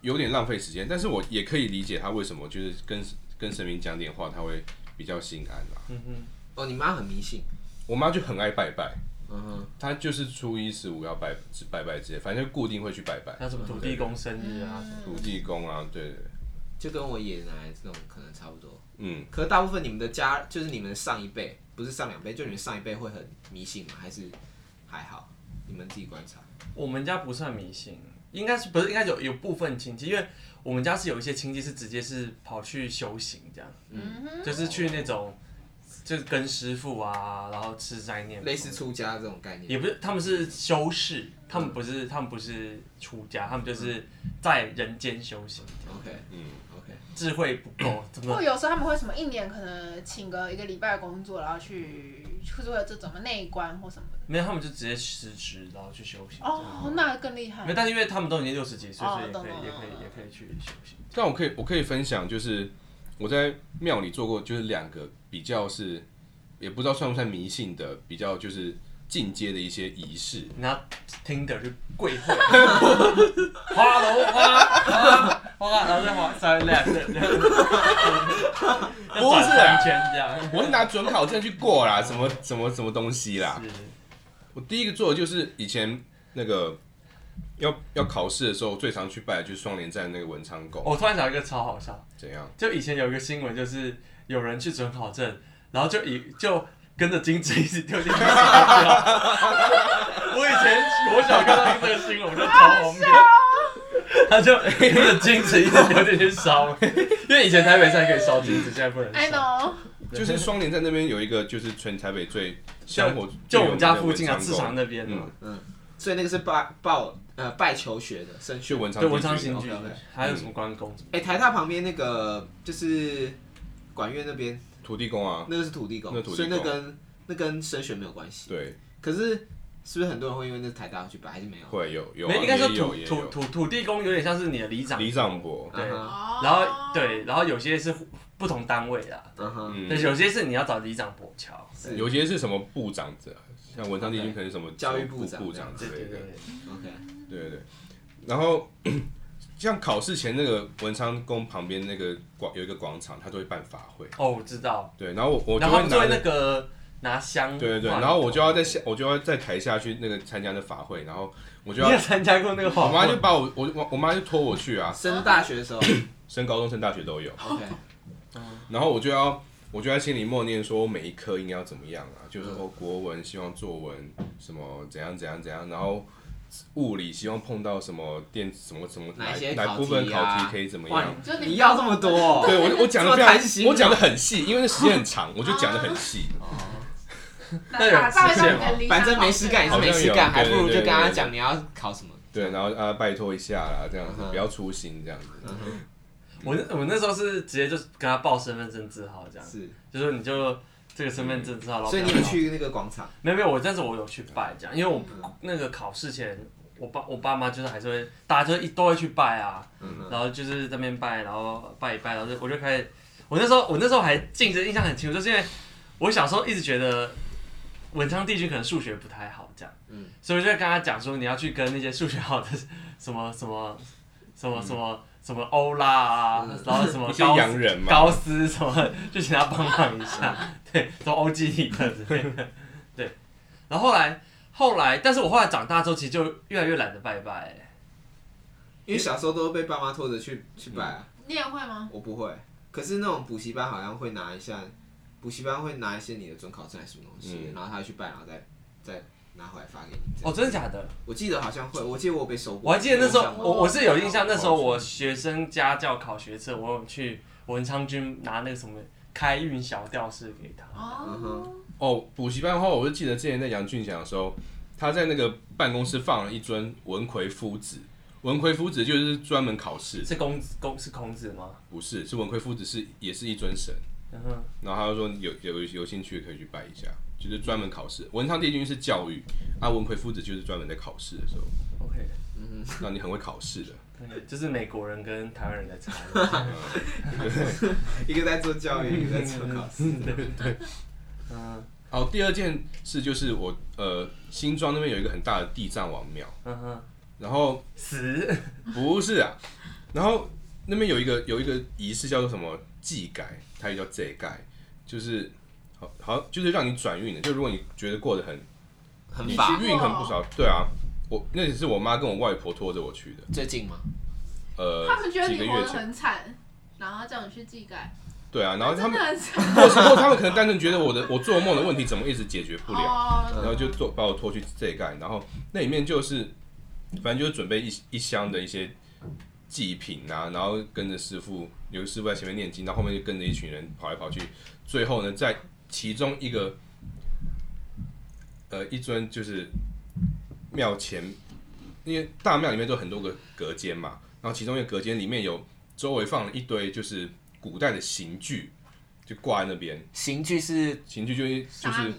S2: 有点浪费时间，但是我也可以理解她为什么就是跟跟神明讲点话，她会比较心安啦。
S1: 嗯哼，
S3: 哦，你妈很迷信。
S2: 我妈就很爱拜拜，
S3: 嗯哼，
S2: 她就是初一十五要拜只拜拜之类，反正就固定会去拜
S3: 嗯
S2: 拜。
S1: 像什么土地公生日
S4: 嗯
S1: 啊？什么
S2: 土地公啊，对对，对
S3: 就跟我爷爷奶奶这种可能差不多。
S2: 嗯，
S3: 可是大部分你们的家，就是你们上一辈，不是上两辈，就你们上一辈会很迷信吗？还是还好？你们自己观察。
S1: 我们家不算迷信，应该是不是应该有有部分亲戚，因为我们家是有一些亲戚是直接是跑去修行这样，
S4: 嗯哼，
S1: 就是去那种就是跟师傅啊，然后吃斋念佛
S3: 类似出家嗯这种概念。
S1: 也不是他们是修士，他们不是他们不是出家，他们就是
S3: 嗯
S1: 在人间修行，
S3: OK，
S2: 嗯
S3: ，OK，
S1: 智慧不 够，怎
S4: 或
S1: 么
S4: 有时候他们会什么一年可能请个一个礼拜的工作，然后去就是为了这种内观或什么的。
S1: 没有他们就直接辞职然后去修行。
S4: 哦，那更厉害
S1: 没有，。但是因为他们都已经六十几岁，
S4: 哦
S1: 所以也
S4: 懂
S1: 可以
S4: 懂
S1: 也
S4: 懂
S1: 可以
S4: 懂
S1: 也可以去修行。
S2: 但我可以我可以分享，就是我在庙里做过，就是两个比较是，也不知道算不算迷信的，比较就是进阶的一些仪式。
S1: 你要听的就跪会， 花楼花花花，然后再花三两
S2: 不是啊
S1: 圈这样。
S2: 我是拿准考证去过啦，什么什么什么东西啦。我第一个做的就是以前那个要要考试的时候，最常去拜的就是双连站那个文昌宫，
S1: 我突然想到一个超好笑，
S2: 怎样？
S1: 就以前有一个新闻，就是有人去准考证，然后就以就跟着金子一起丢进去。我以前 我小看到这个新闻，我就超荒谬。他就跟着金子一直丢进去烧，因为以前台北山可以烧金子，现在不能烧。
S4: 哎 I know，
S2: 就是双连在那边有一个就是全台北最香火，
S5: 就我们家附近啊，赤场那边
S2: 嗯
S5: 嘛，
S3: 所以那个是拜报呃拜求学的升
S2: 去
S3: 学。
S2: 文昌
S5: 对文
S2: 地
S5: 昌
S2: 区嗯
S5: 新剧
S3: OK，OK，
S5: 还有什么关公？
S3: 哎、台大旁边那个就是管院那边，
S2: 土地公啊，
S3: 那个是土地公，
S2: 那土地公
S3: 所以那跟那跟升学没有关系。
S2: 对，
S3: 可是是不是很多人会因为那是台大去拜，还是没有？
S2: 会有有啊，
S5: 没，应该说
S2: 也有
S5: 土
S2: 也
S5: 土
S2: 有
S5: 土土地公有点像是你的里长，
S2: 李长伯，
S5: 对
S3: 啊
S4: 哦
S1: 然后对，然后有些是不同单位啦，
S3: 哈，啊哈，
S2: 嗯
S1: 但是有些是你要找里长补桥。
S3: 是
S2: 有些是什么部长子啊，像文昌
S5: 哦
S2: 帝君可能是什么
S3: 教育
S2: 部
S3: 部长
S2: 部长之
S1: 对
S2: 类
S1: 对
S2: 的
S1: 对，，
S3: OK，
S2: 对对对。然后 像考试前那个文昌宫旁边那个广有一个广场，它都会办法会，
S1: 哦，我知道。
S2: 对，然后我我就
S1: 然后
S2: 会
S1: 他们就
S2: 拿
S1: 会
S2: 着
S1: 那个拿香，
S2: 对对对，然后我就 要在下，我就要在台下去那个参加那法会，然后我就要
S5: 你有，参加过那个
S2: 我
S5: 画
S2: 妈就
S5: 会？
S2: 把我我我我妈就拖我去啊，
S3: 升大学 的时候
S2: 升高中升大学都有，
S3: ，OK，
S2: 然后我就要我就在心里默念说每一科应该要怎么样啊，就是哦国文希望作文什么怎样怎样怎样，然后物理希望碰到什么电什么什么
S3: 哪一些
S2: 哪
S3: 考
S2: 部分
S3: 题
S2: 考
S3: 啊
S2: 题可以怎么
S3: 哇
S2: 样？
S4: 就
S3: 你要这么多哦
S2: 对我我讲的
S3: 这么
S2: 非
S3: 贪心
S2: 常，
S3: 啊
S2: 我讲的很细，因为那时间很 长，我就讲的很细。
S5: 那有
S4: 打造一
S5: 实
S4: 个
S5: 现
S4: 你的
S5: 吗
S4: 理想
S3: 反正没事干也是没事干，
S2: 好像
S3: 还
S2: 有
S3: 不如就跟他
S2: 对对对对
S3: 讲你要考什么。
S2: 对，然后啊拜托一下啦，这样子
S3: 嗯哼
S2: 不要粗心这样子。
S1: 我那我那时候是直接就跟他报身份证字号这样，
S3: 是，
S1: 就说你就这个身份证字号，然后
S3: 所以你
S1: 不要
S3: 有去那个广场，
S1: 没有没有，我但是我有去拜这样，因为我那个考试前，我爸我爸妈就是还是会，大家就一都会去拜啊，
S2: 嗯
S1: 然后就是在那边拜，然后拜一拜，然后就我就开始，我那时候我那时候还记着印象很清楚，就是因为我小时候一直觉得文昌帝君可能数学不太好这样，
S3: 嗯
S1: 所以我就跟他讲说你要去跟那些数学好的什么什么什么什么什么欧拉啊，然后什么
S2: 嗯 一些
S1: 高
S2: 洋人嘛，
S1: 高斯什么，就请他帮忙一下，对，什么欧几里克之类的，对。然后后来后来，但是我后来长大之后，其实就越来越懒得拜欸拜、
S3: 因为小时候都被爸妈拖着去去拜啊，
S4: 你也会
S2: 嗯
S4: 吗？
S3: 我不会。可是那种补习班好像会拿一下，补习班会拿一些你的准考证还是什么东西，
S2: 嗯
S3: 然后他去拜，然后再再拿回来发给你。这样
S1: 哦，真的假的？
S3: 我记得好像会，我记得我有被收过。
S1: 我还记得那时候
S3: 印象，中
S1: 我我是有印象，那时候我学生家教考学测，我有去文昌君拿那个什么开运小吊饰给他。
S3: 嗯
S4: 哦，
S3: 哼，
S2: 哦，补习班的话，我就记得之前在杨俊祥的时候，他在那个办公室放了一尊文魁夫子。文魁夫子就是专门考试，
S1: 是公子公是孔子吗？
S2: 不是是文魁夫子是也是一尊神。
S1: 嗯哼，
S2: 然后他就说有有有兴趣可以去拜一下，就是专门考试。文昌帝君是教育，啊文魁夫子就是专门在考试的时候，
S1: ，OK，
S2: 让你很会考试的。
S1: 对就是美国人跟台湾人的差异。
S3: 一个在做教育，一个在做 考试。
S1: 嗯
S2: 好，第二件事就是我呃新庄那边有一个很大的地藏王庙，
S1: 嗯哼，
S2: 然后
S1: 死。
S2: 不是啊，然后那边有一个有一个仪式叫做什么祭改，它也叫祭改，就是好好就是让你转运的，就如果你觉得过得很
S3: 很
S2: 你
S3: 法
S2: 去运很不少，对啊，我那也是我妈跟我外婆拖着我去的，
S3: 最近吗？
S2: 呃，
S4: 他们觉得
S2: 几个
S4: 你活
S2: 月
S4: 得
S2: 前，
S4: 很惨，然后叫你去祭改，
S2: 对啊，然后他
S4: 真的
S2: 们
S4: 很惨。
S2: 或是或他们可能单纯觉得我的我做梦的问题怎么一直解决不了，嗯
S4: 哦
S2: 然后就做把我拖去这一盖，然后那里面就是反正就是准备一一箱的一些祭品啊，然后跟着师傅，有个师傅在前面念经，然后后面就跟着一群人跑来跑去，最后呢，在其中一个呃一尊就是庙前，因为大庙里面都有很多个隔间嘛，然后其中一个隔间里面有周围放了一堆就是古代的刑具，就挂在那边，
S3: 刑具是
S2: 刑具就是就
S4: 杀
S2: 是
S4: 你。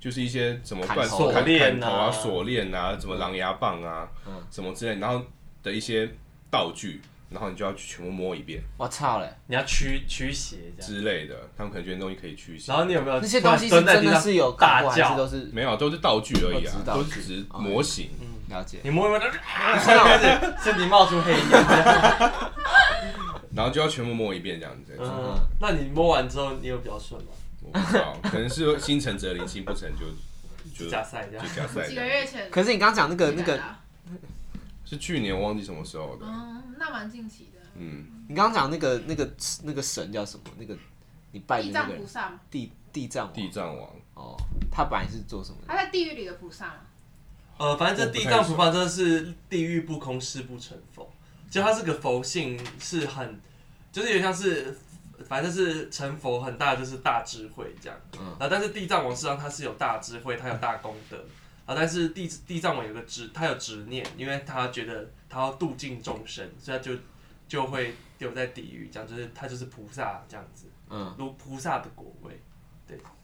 S2: 就是一些什么
S3: 砍
S2: 断
S3: 头
S2: 手
S1: 锁
S2: 砍
S1: 链
S2: 砍头
S1: 啊
S2: 啊、锁链啊、什么狼牙棒啊、
S3: 嗯
S2: 什么之类，然后的一些道具，然后你就要去全部摸一遍
S3: 我操嘞，
S1: 你要驱驱邪这样。
S2: 之类的。他们可能觉得东西可以驱邪，
S1: 然后你有没有
S3: 那些东西是
S1: 蹲在
S3: 真
S1: 地
S3: 的
S1: 上
S3: 是有看
S1: 大
S3: 过，还是
S1: 叫？
S3: 都是
S2: 没有都是道具而已
S3: 我
S1: 哦
S2: 啊
S3: 知，道
S2: 都是只是模型。
S3: 了解？
S1: 你摸一摸，身身体冒出黑烟。
S2: 然后就要全部摸一遍这样子。
S1: 嗯，那你摸完之后，你有比较顺吗？
S2: 我不知道，可能是心诚则灵，心不成就就
S1: 加赛这样
S2: 就。加赛
S4: 几。个月 前，
S3: 可是你刚刚讲那个那
S4: 祭改
S3: 个
S4: 的，啊
S2: 是去年我忘记什么时候的，
S4: 嗯，那蛮近期的。
S2: 嗯，
S3: 你刚刚讲那个那个那个神叫什么？那个你拜的
S4: 地
S3: 那
S4: 藏
S3: 个
S4: 菩
S3: 人
S4: 萨嘛，
S3: 地地藏
S2: 地
S3: 王
S2: 藏王。
S3: 哦，他本来是做什么的？
S4: 他在地狱里的菩萨嘛。
S1: 呃，反正这地藏菩萨真的是地狱不空，誓不成佛。就它是个佛性，是很，就是有点像是反正是成佛很大，就是大智慧这样。
S3: 嗯
S1: 然后但是地藏王实际上他是有大智慧，他有大功德。然后但是地地藏王有个执，他有执念，因为他觉得他要度尽众生，所以他就就会丢在地狱，这样就是他就是菩萨这样子，
S3: 嗯
S1: 如菩萨的果位。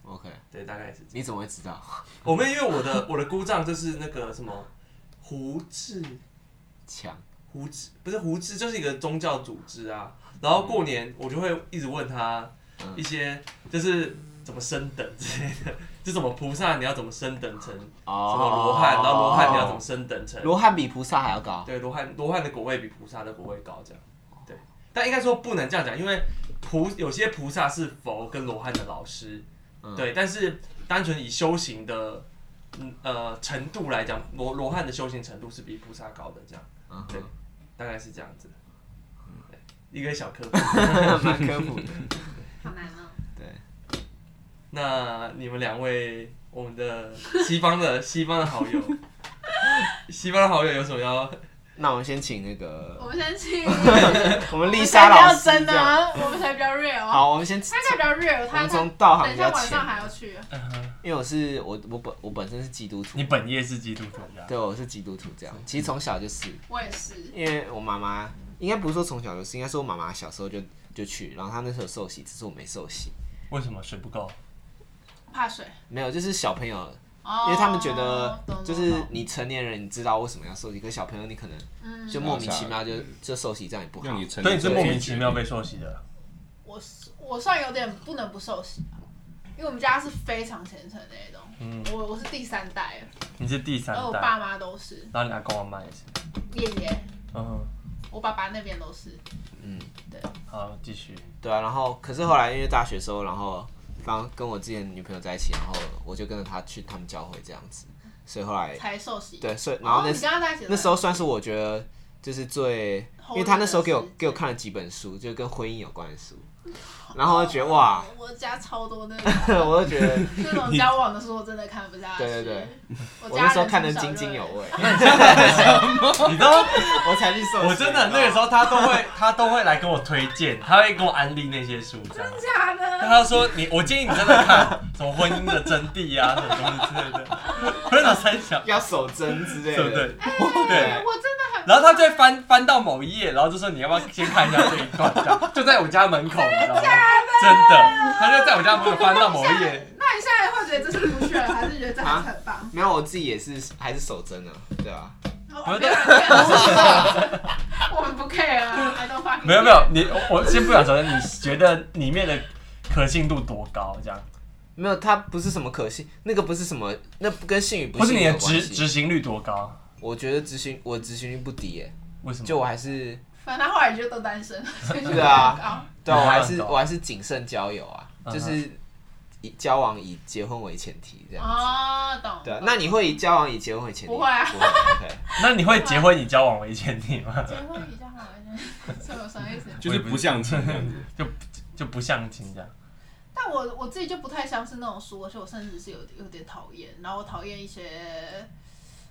S3: ，OK，
S1: 对，大概是这样。
S3: 你怎么会知道？
S1: 我们因为我的我的姑丈就是那个什么胡志
S3: 强，
S1: 胡志不是胡志，就是一个宗教组织啊。然后过年我就会一直问他
S3: 嗯
S1: 一些就是怎么升等之类的，就怎么菩萨你要怎么升等成什
S3: 哦
S1: 么罗汉，然后罗汉你要怎么？升等成
S3: 罗汉比菩萨还要 高，
S1: 对罗汉罗汉的果位比菩萨的果位高这样。对，但应该说不能这样讲，因为菩有些菩萨是佛跟罗汉的老师，
S3: 嗯
S1: 对，但是单纯以修行的。嗯呃，程度来讲，罗罗汉的修行程度是比菩萨高的，这样
S3: 嗯哼
S1: 对大概是这样子。对一个小科普，
S3: 蛮科普的。
S4: 好难哦。
S1: 那你们两位，我们的西方的西方的好友，西方的好友有什么要？
S3: 那我们先请那
S4: 我
S3: 个
S4: 们先去，
S3: 我 们丽莎老师
S4: 哦我们才比较真
S3: 这样。
S4: 啊，我们才比较 real 啊。
S3: 好，我们先，
S4: 他才比较 real，
S3: 我
S4: 他
S3: 们
S4: 他
S3: 从道行比
S4: 等一
S3: 较
S4: 下晚
S3: 浅
S4: 上，还要去。
S3: 因为我是我我本我本身是基督徒，
S1: 呃本业是基督徒呀？
S3: 对，我是基督徒这样。
S2: 嗯
S3: 其实从小就是，
S4: 我也是，
S3: 因为我妈妈应该不是说从小就是，应该说我妈妈小时候就就去，然后她那时候有受洗，只是我没受洗。
S1: 为什么水不够？
S4: 怕水。
S3: 没有，就是小朋友，
S4: 哦
S3: 因为他们觉得
S4: 懂懂
S3: 就是
S4: 懂
S3: 你成年人，你知道为什么要受洗，可是小朋友你可能
S4: 嗯，
S3: 就莫名其妙就就受洗，这样也不好
S2: 让。你成，
S1: 所以你是莫名其妙被受洗的。
S4: 我是我算有点不能不受洗啊，因为我们家是非常虔诚的那种，
S3: 嗯
S4: 我我是第三代了，
S1: 你是第三
S4: 哦而我
S1: 代，
S4: 爸妈都是，
S1: 然后你阿公阿妈也是。
S4: 爷爷，
S1: 嗯，
S4: 我爸爸那边都是，
S1: 好，继续。
S3: 对啊，然后可是后来因为大学时候，然后刚跟我之前女朋友在一起，然后我就跟着她去他们教会这样子，所以后来
S4: 才受洗。
S3: 对，所以然后那
S4: 哦、你跟他在一起的
S3: 那时候算是我觉得就是最，因为他那时候给我给我看了几本书，就跟婚姻有关的书，
S4: 嗯
S3: 然后我就觉得哇，
S4: 哦，我家超多那种
S3: 我就觉得
S4: 那种交往的书，我真的看不下去。
S3: 对对对，
S4: 我
S3: 我那
S4: 家人
S3: 时候看得
S4: 从小
S3: 津
S4: 就
S3: 津
S4: 会
S3: 有味，
S1: 你知道，
S3: 我才去受洗。
S1: 哦我真的那个时候他都会他都会来跟我推荐，他会跟我安利那些书，这样。
S4: 假
S1: 但
S4: 的，
S1: 他说你，我建议你真的看什么婚姻的真谛啊，什么东西之类的。我就拿三小，
S3: 要守贞之类
S1: 对不
S3: 的，
S1: 对？
S4: 哎
S1: 对。
S4: 我真的很
S1: 然后他就会翻翻到某一页，然后就说你要不要先看一下这一段，这样就在我家门口，你知道吗？真的，他就在我家门口翻到某一页。
S4: 那你现在会觉得这是不屑，还是觉得这还是很
S1: 啊
S4: 棒？
S3: 没有我自己也是还是守贞的，对啊，
S4: 我哦没有人 care，我们不 care 啊，I don't fucking care，
S1: 没有没有，你我先不想承认，你觉得里面的可信度多高？这样
S3: 没有他不是什么可信，那个不是什么，那不跟信与不
S1: 不是
S3: 信
S1: 你
S3: 有
S1: 的
S3: 关
S1: 执
S3: 系
S1: 执行率多高？
S3: 我觉得执行我执行率不低耶，
S1: 为什么？
S3: 就我还是
S4: 反正他后来就都单身，所以就
S3: 对啊对啊，
S1: 嗯
S3: 我还是
S1: 懂
S3: 我还是谨慎交友啊，
S1: 嗯哼
S3: 就是以交往以结婚为前提这
S4: 没有
S3: 样。
S4: 哦，懂。
S3: 对啊，那你会以交往以结婚为前提？
S4: 不会啊
S3: 不会。OK，
S1: 那你会结婚以交往为前提吗？
S4: 结婚比较好玩，什么什么意思？
S2: 就是不像亲这样子。
S1: 就不像亲这样。
S4: 但我我自己就不太相信那种书，而且我甚至是有有点讨厌，然后我讨厌一些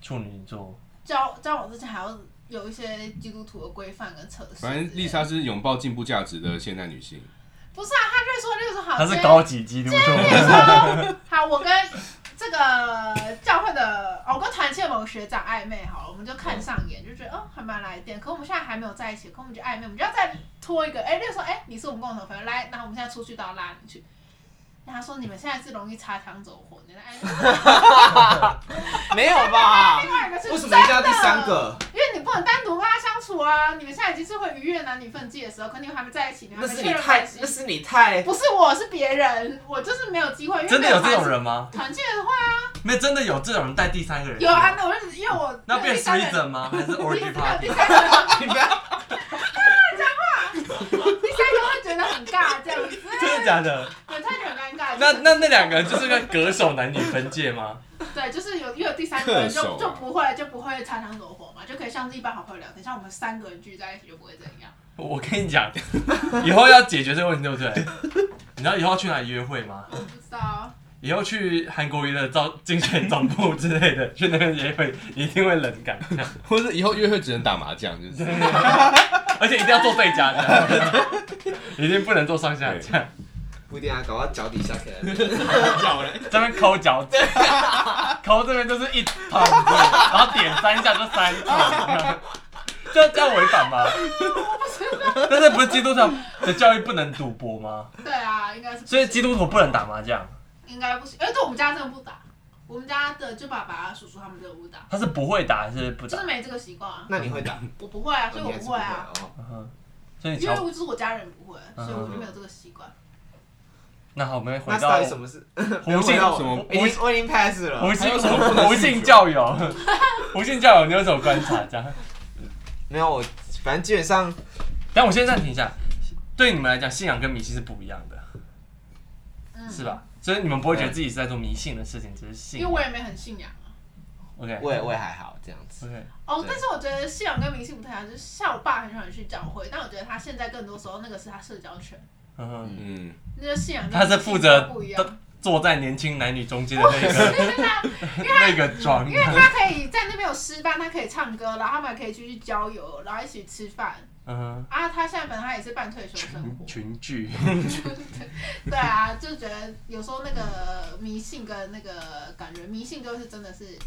S1: 处女座，
S4: 交交往之前还要有一些基督徒的规范跟测试。
S2: 反正丽莎是拥抱进步价值的现代女性，
S4: 不是啊，他就说就是好，
S1: 他是
S4: 今天
S1: 高级基督徒。
S4: 好，我跟这个教会的，哦，我跟团契的某个学长暧昧好了，我们就看上眼，就觉得哦还蛮来电。可我们现在还没有在一起，可我们就暧昧，我们就要再拖一个。哎、例如说，哎、你是我们共同朋友，来，那我们现在出去都要拉你去。那他说你们现在是容易擦枪走火，你的暧昧，
S3: 没有吧？
S4: 另外一个是
S3: 为什么一定要第三个？
S4: 因为你不能单独跟他相处啊。你们现在已经是会逾越男女分界的时候，可你们还没在一起，你
S3: 那
S4: 们还
S3: 是你
S4: 没确认
S3: 太
S4: 关，系
S3: 那。是你太
S4: 不是我是别人，我就是没有机会，因为
S1: 真的
S4: 没
S1: 有这
S4: 团
S1: 种
S4: 契。
S1: 人吗？
S4: 团契的话
S1: 没有，真的有这种人带第三个人？
S4: 有啊，，那我就因为我
S1: 那变
S4: 第三人
S1: threesome 吗？还是
S4: 第
S1: orgy
S4: 三
S1: party？
S4: 第三个，
S3: 你不要
S4: 第三个会觉得很尬，这样子，
S1: 真的假的？
S4: 对，他觉得很尴尬。
S1: 那
S4: 就是
S1: 那那两个就是个隔手男女分界吗？
S4: 对，就是有因为有第三个人
S2: 恪守
S4: 就
S2: 啊
S4: 就不会就不会擦枪走火嘛，就可以像是一般好朋友聊天，像我们三个人聚在一起就不会这样。
S1: 我跟你 讲，以后要解决这个问题，对不对？你知道以后要去哪里约会吗？
S4: 我不知道啊，
S1: 以后去韩国瑜的招竞选总部之类的， 去那边约会一定会冷感。
S2: 或者以后约会只能打麻将，就是
S6: 而且一定要做对家的，一定不能做上下家，
S3: 不一定啊，搞到脚底下可能。
S6: 脚嘞，这边抠脚趾，抠这边就是一桶子，然后点三下就三桶，这这样违反吗？但是不是基督教的教育不能赌博吗？
S4: 对啊，应该是不
S6: 所以基督徒不能打麻将，
S4: 应该不行，而且我们家真的不打，我们家的就爸爸、叔叔他们都不打，
S6: 他是不会打还是不
S4: 就
S6: 打
S4: 是？没这个习惯啊。
S3: 那你会打？
S4: 我不会啊，所以
S3: 哦
S4: 我
S3: 你还是
S4: 不会啊，
S3: 哦
S6: 嗯哼所以你
S4: 因为
S6: 瞧，
S4: 就是我家人不啊会，
S6: 嗯
S4: 所以我就没有这个习惯。
S6: 那好，我们回
S3: 那
S6: 到
S3: 到底什么事？
S6: 胡信
S2: 什么
S3: 我已经我已经 pass 了
S6: 胡。信
S2: 还有什么不能
S6: 胡信教友，胡信教友，你有什么观察？这样，
S3: 没有我，反正基本上
S6: 但我先暂停一下。对你们来讲，信仰跟迷信是不一样的，
S4: 嗯，
S6: 是？吧？所以你们不会觉得自己是在做迷信的事情，只是信
S4: 因
S6: 仰。
S4: 为我也没很信仰啊。
S6: OK
S3: 我也我也还好这样 子。
S6: OK，
S4: 哦，
S3: 对
S4: 但是我觉得信仰跟迷信不太一样，就是像我爸很喜欢去教会，但我觉得他现在更多时候那个是他社交圈，
S6: 嗯哼，
S2: 嗯，
S4: 那个信仰跟
S6: 他是
S4: 迷信
S6: 负责
S4: 不一样，
S6: 坐在年轻男女中间的那个
S4: 因为他
S6: 那个妆
S4: 因，为他可以在那边有诗班，他可以唱歌，然后他们还可以出去郊游，然后一起吃饭
S6: 嗯哼，
S4: 啊。他现在本来他也是半退休生活，
S6: 群聚，
S4: 对啊，就觉得有时候那个迷信跟那个感觉，迷信就是真的是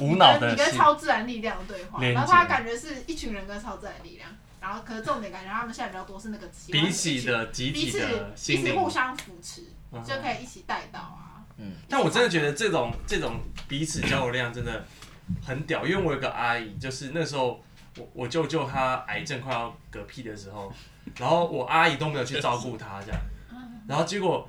S6: 无脑
S4: 你
S6: 的
S4: 跟
S6: 信，
S4: 超自然力量的对话，
S6: 连接
S4: 然后他感觉是一群人跟超自然力量，然后可是重点感觉他们现在比较多是那个喜欢
S6: 比起的集
S4: 一起彼
S6: 体
S4: 此
S6: 的
S4: 彼
S6: 心
S4: 此
S6: 灵
S4: 互相扶持，
S6: 嗯
S4: 就可以一起带到啊。
S3: 嗯
S1: 但我真的觉得这种这种彼此交流量真的很屌，因为我有个阿姨，就是那时候我我舅舅他癌症快要嗝屁的时候，然后我阿姨都没有去照顾他这样，
S4: 嗯
S1: 然后结果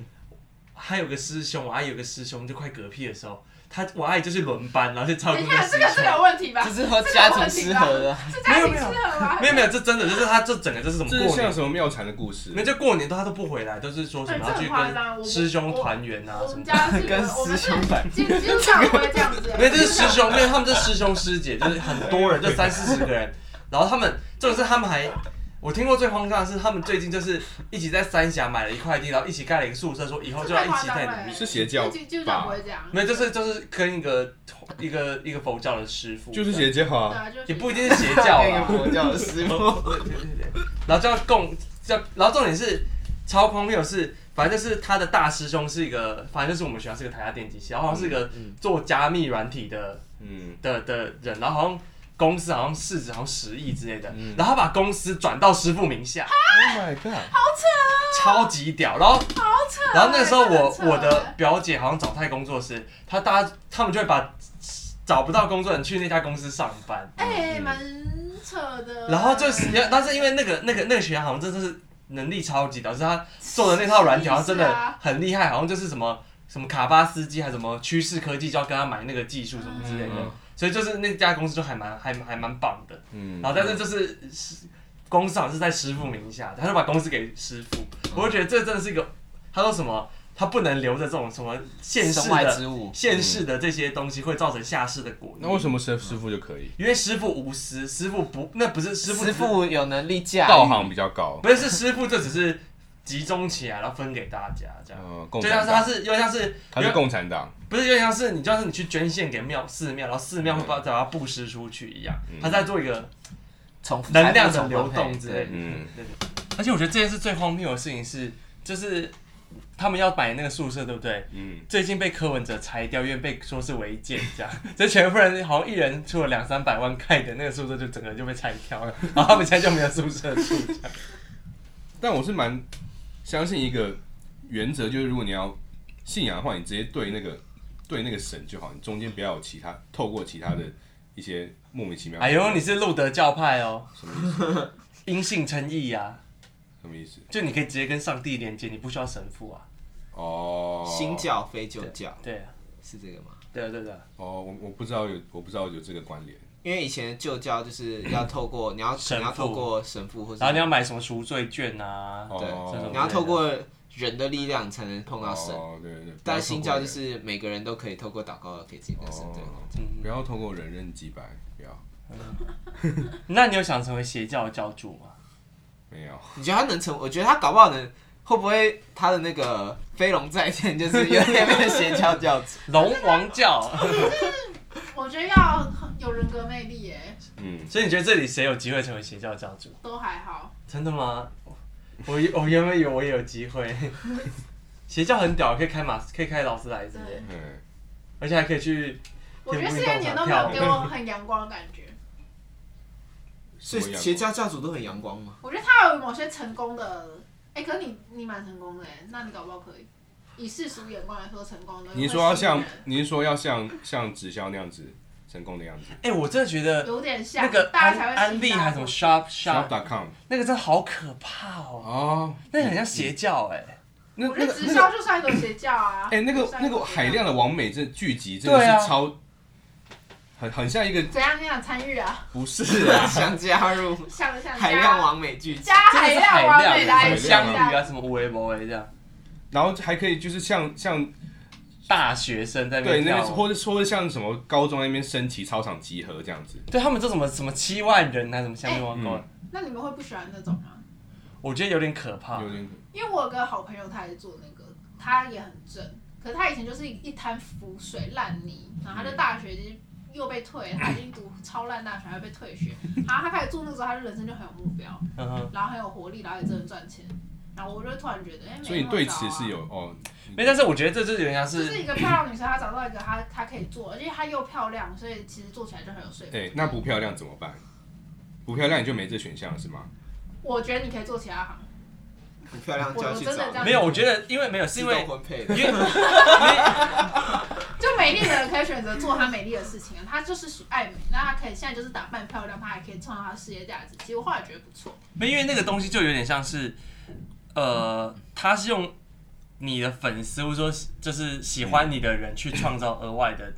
S1: 还有个师兄，我阿姨有个师兄就快嗝屁的时候，他我阿姨就是轮班，然后去照顾
S4: 等一
S1: 那
S4: 下，
S1: 师
S4: 这
S1: 兄。
S4: 个是有问题吧？
S3: 这是和家庭失和的，
S4: 是家庭
S1: 没
S4: 适
S1: 有没
S4: 合吗？
S1: 没有没有，这真的就是他这整个就是怎么
S2: 这是
S1: 过
S2: 像
S1: 年，
S2: 什么妙禅的故事？
S1: 那就过年都他都不回来，都是说什么
S4: 哎
S1: 要
S4: 这
S1: 去
S4: 很夸张我
S1: 跟师兄团圆啊
S4: 我
S1: 什么
S4: 们
S1: 的。
S4: 家是
S3: 跟
S4: 我
S3: 师
S4: 们是
S3: 兄反。
S4: 基基督教不会这样子 欸，
S1: 没有，这是师兄，没有，他们这是师兄师姐，就是很多人，就三四十个人。然后他们，这个是他们还，我听过最荒诞的是，他们最近就是一起在三峡买了一块地，然后一起盖了一个宿舍，说以后就要一起在里面。
S2: 是邪教
S4: 基基督教不
S2: 吧
S4: 会？这样，
S1: 没有，就是就是跟一个一个一个佛教的师傅，
S2: 就是邪教
S4: 对
S2: 啊，
S4: 啊，就是
S1: 也不一定是邪教啊
S3: 那个
S1: 啦。
S3: 佛教的啊师 傅，
S1: 然后就要共，就然后重点是超荒谬的是，反正就是他的大师兄是一个，反正就是我们学校是个台大电机系，然后好像是一个做加密软体的
S2: 嗯，
S1: 的的人，然后好像公司好像市值好像十亿之类的，
S2: 嗯
S1: 然后他把公司转到师傅名下，
S2: Oh my god！
S4: 啊
S1: 超级屌。然后然后那个时候我
S4: 真的很扯啊
S1: 我的表姐好像找太工作室，她大家他们就会把找不到工作的人去那家公司上班，
S4: 哎，蛮扯的。
S1: 然后就是但是因为那个那个那个学员好像真的是能力超级屌，就是他做的那套软体好像真
S4: 是
S1: 的
S4: 啊
S1: 很厉害，好像就是什么。什么卡巴斯基还是什么趋势科技，就要跟他买那个技术什么之类的，
S2: 嗯
S1: 所以就是那家公司就还蛮还还蛮棒的。
S2: 嗯
S1: 然后但是就是师公司好像是在师傅名下，他就把公司给师傅，
S3: 嗯
S1: 我就觉得这真的是一个，他说什么他不能留着这种什么现世
S3: 身外
S1: 的
S3: 之物。
S1: 现世的这些东西会造成下世的果
S2: 那为什
S1: 么？
S2: 么师师傅就可以？
S1: 因为师傅无私，师傅不那不是师傅，
S3: 师傅有能力驾驭
S2: 道行比较高，
S1: 不是是师傅，这只是集中起来然后分给大家这样。
S2: 嗯，
S1: 啊就
S2: 共
S1: 像
S2: 产
S1: 是他
S2: 党，
S1: 是，又像是，
S2: 他是共产党，
S1: 不是又像是你，就像是你去捐献给庙寺庙，然后寺庙会把把它布施出去一样，他在做一个
S3: 重复
S1: 能量的流动之类的。
S2: 嗯，
S1: 对
S6: 而且我觉得这件事最荒谬的事情是，就是他们要买那个宿舍，对不对？
S2: 嗯，
S6: 最近被柯文哲拆掉，因为被说是违建，这样， 这全部人好像一人出了两三百万盖的那个宿舍，就整个就被拆掉了，然后他们现在就没有宿舍住。
S2: 但我是蛮相信一个原则，就是如果你要信仰的话，你直接对那个对那个神就好，你中间不要有其他透过其他的一些莫名其妙。
S6: 哎呦，你是路德教派哦，
S2: 什么意思？
S6: 因信称义
S1: 啊
S6: 呀、
S2: 什么意思？
S6: 就你可以直接跟上帝连接，你不需要神父啊。
S2: 哦，
S3: 新教非旧教
S6: 对啊，
S3: 是这个吗？
S6: 对啊，对啊，
S2: 哦，我我不知道有我不知道有这个关联。
S3: 因为以前的旧教就是要透过你要
S6: 神父
S3: 你要透过神父或者
S6: 然后你要买什么赎罪券啊？
S2: 哦
S3: 对
S6: 这种
S3: 你要透过人的力量才能碰到神，
S2: 哦，对对对。
S3: 但新教就
S2: 不
S3: 是每个人都可以透过祷告可以自己跟神对话。
S2: 哦
S6: 嗯
S2: 要透过人人几百，不要
S6: 那你有想成为邪教的教主吗？
S2: 没有。
S3: 你觉得他能成？我觉得他搞不好能，会不会他的那个 飞龙在天就是有点变成邪教教主？
S6: 龙王教，
S4: 我觉得要有人格魅力耶，
S2: 嗯，
S1: 所以你觉得这里谁有机会成为邪教教主？
S4: 都还好。
S1: 真的吗？我以我原本以为我也有机会。 邪教很屌，可以开马，可以开劳斯莱斯耶，
S2: 嗯，
S1: 而且还可以去。
S4: 我觉得这些年都没有给我很阳光的感觉。
S3: 所以邪教教主都很阳光嘛。
S4: 我觉得他有某些成功的，哎、可是你你蛮成功的耶，那你搞不好可以。以世俗眼光来说，成功的
S2: 你是说要像
S4: 会吸
S2: 你
S4: 引，
S2: 是说要像像直销那样子成功的样子
S1: 哎、我真的觉得
S4: 人有点像
S1: 那个
S4: 大家才
S1: 安
S4: 会
S1: 安
S4: 吸
S1: 利
S4: 引
S1: 还
S4: 大
S1: 有什
S4: 众
S1: 么 Sharp Sharp，
S2: ，shop.com
S1: 那个真的好可怕哦，
S2: 哦，
S1: 那个很像邪教哎、
S2: 那
S4: 我
S2: 那
S4: 觉得
S2: 个
S4: 直
S2: 那个
S4: 销就是要一种邪教啊。
S2: 哎，那
S4: 就
S2: 个
S4: 是要一
S2: 那
S4: 种
S2: 个
S4: 邪教
S2: 海量的完美这剧集真的
S1: 对啊
S2: 是超，很很像一个
S4: 怎样？你想参与啊？
S2: 不是啊，
S3: 想加入
S4: 想想
S3: 海量完美剧集，
S4: 加海
S1: 真的是
S4: 量完美的
S2: 海
S4: 爱
S2: 量
S4: 情
S1: 相
S2: 香
S1: 遇啊，什么无为不为这样，
S2: 然后还可以就是像像
S1: 大学生在那
S2: 对
S1: 边
S2: 那边
S1: 跳舞，
S2: 或者或者像什么高中那边升旗操场集合这样子，
S1: 对他们这什么什么七万人啊还是什么相遇网购
S2: 嗯，
S4: 那你们会不喜欢那种吗？
S1: 我觉得有点可怕
S2: 有。点
S4: 因为我有个好朋友，他也做那个，他也很正，可是他以前就是一滩浮水烂泥，然后他就大学就是又被退了，他已经读超烂大学，还被退学，然后他开始做那个时候，他就人生就很有目标，
S1: 嗯哼，
S4: 然后很有活力，然后也真的赚钱，然后我就突然觉得，哎、没
S2: 所以你
S4: 那么
S2: 对
S4: 糟
S2: 此
S4: 啊
S2: 是有哦，
S1: 没，但是我觉得这就是有点像
S4: 就是是一个漂亮女生，她找到一个她她可以做，而且她又漂亮，所以其实做起来就很有说服力。
S2: 哎，那不漂亮怎么办？不漂亮你就没这选项是吗？
S4: 我觉得你可以做其他行，
S3: 很漂亮就要去
S4: 我真的这
S3: 找
S4: 样
S1: 没有，我觉得因为没有是
S3: 自
S1: 因
S3: 动
S1: 为
S3: 婚配
S1: 因
S3: 的。
S1: 为
S4: 就美丽的人可以选择做她美丽的事情啊，她就是属爱美，那她可以现在就是打扮漂亮，她还可以创造她的事业价值。其实我后来觉得不错，
S1: 没因为那个东西就有点像是，呃，他是用你的粉丝或者说是就是喜欢你的人去创造额外的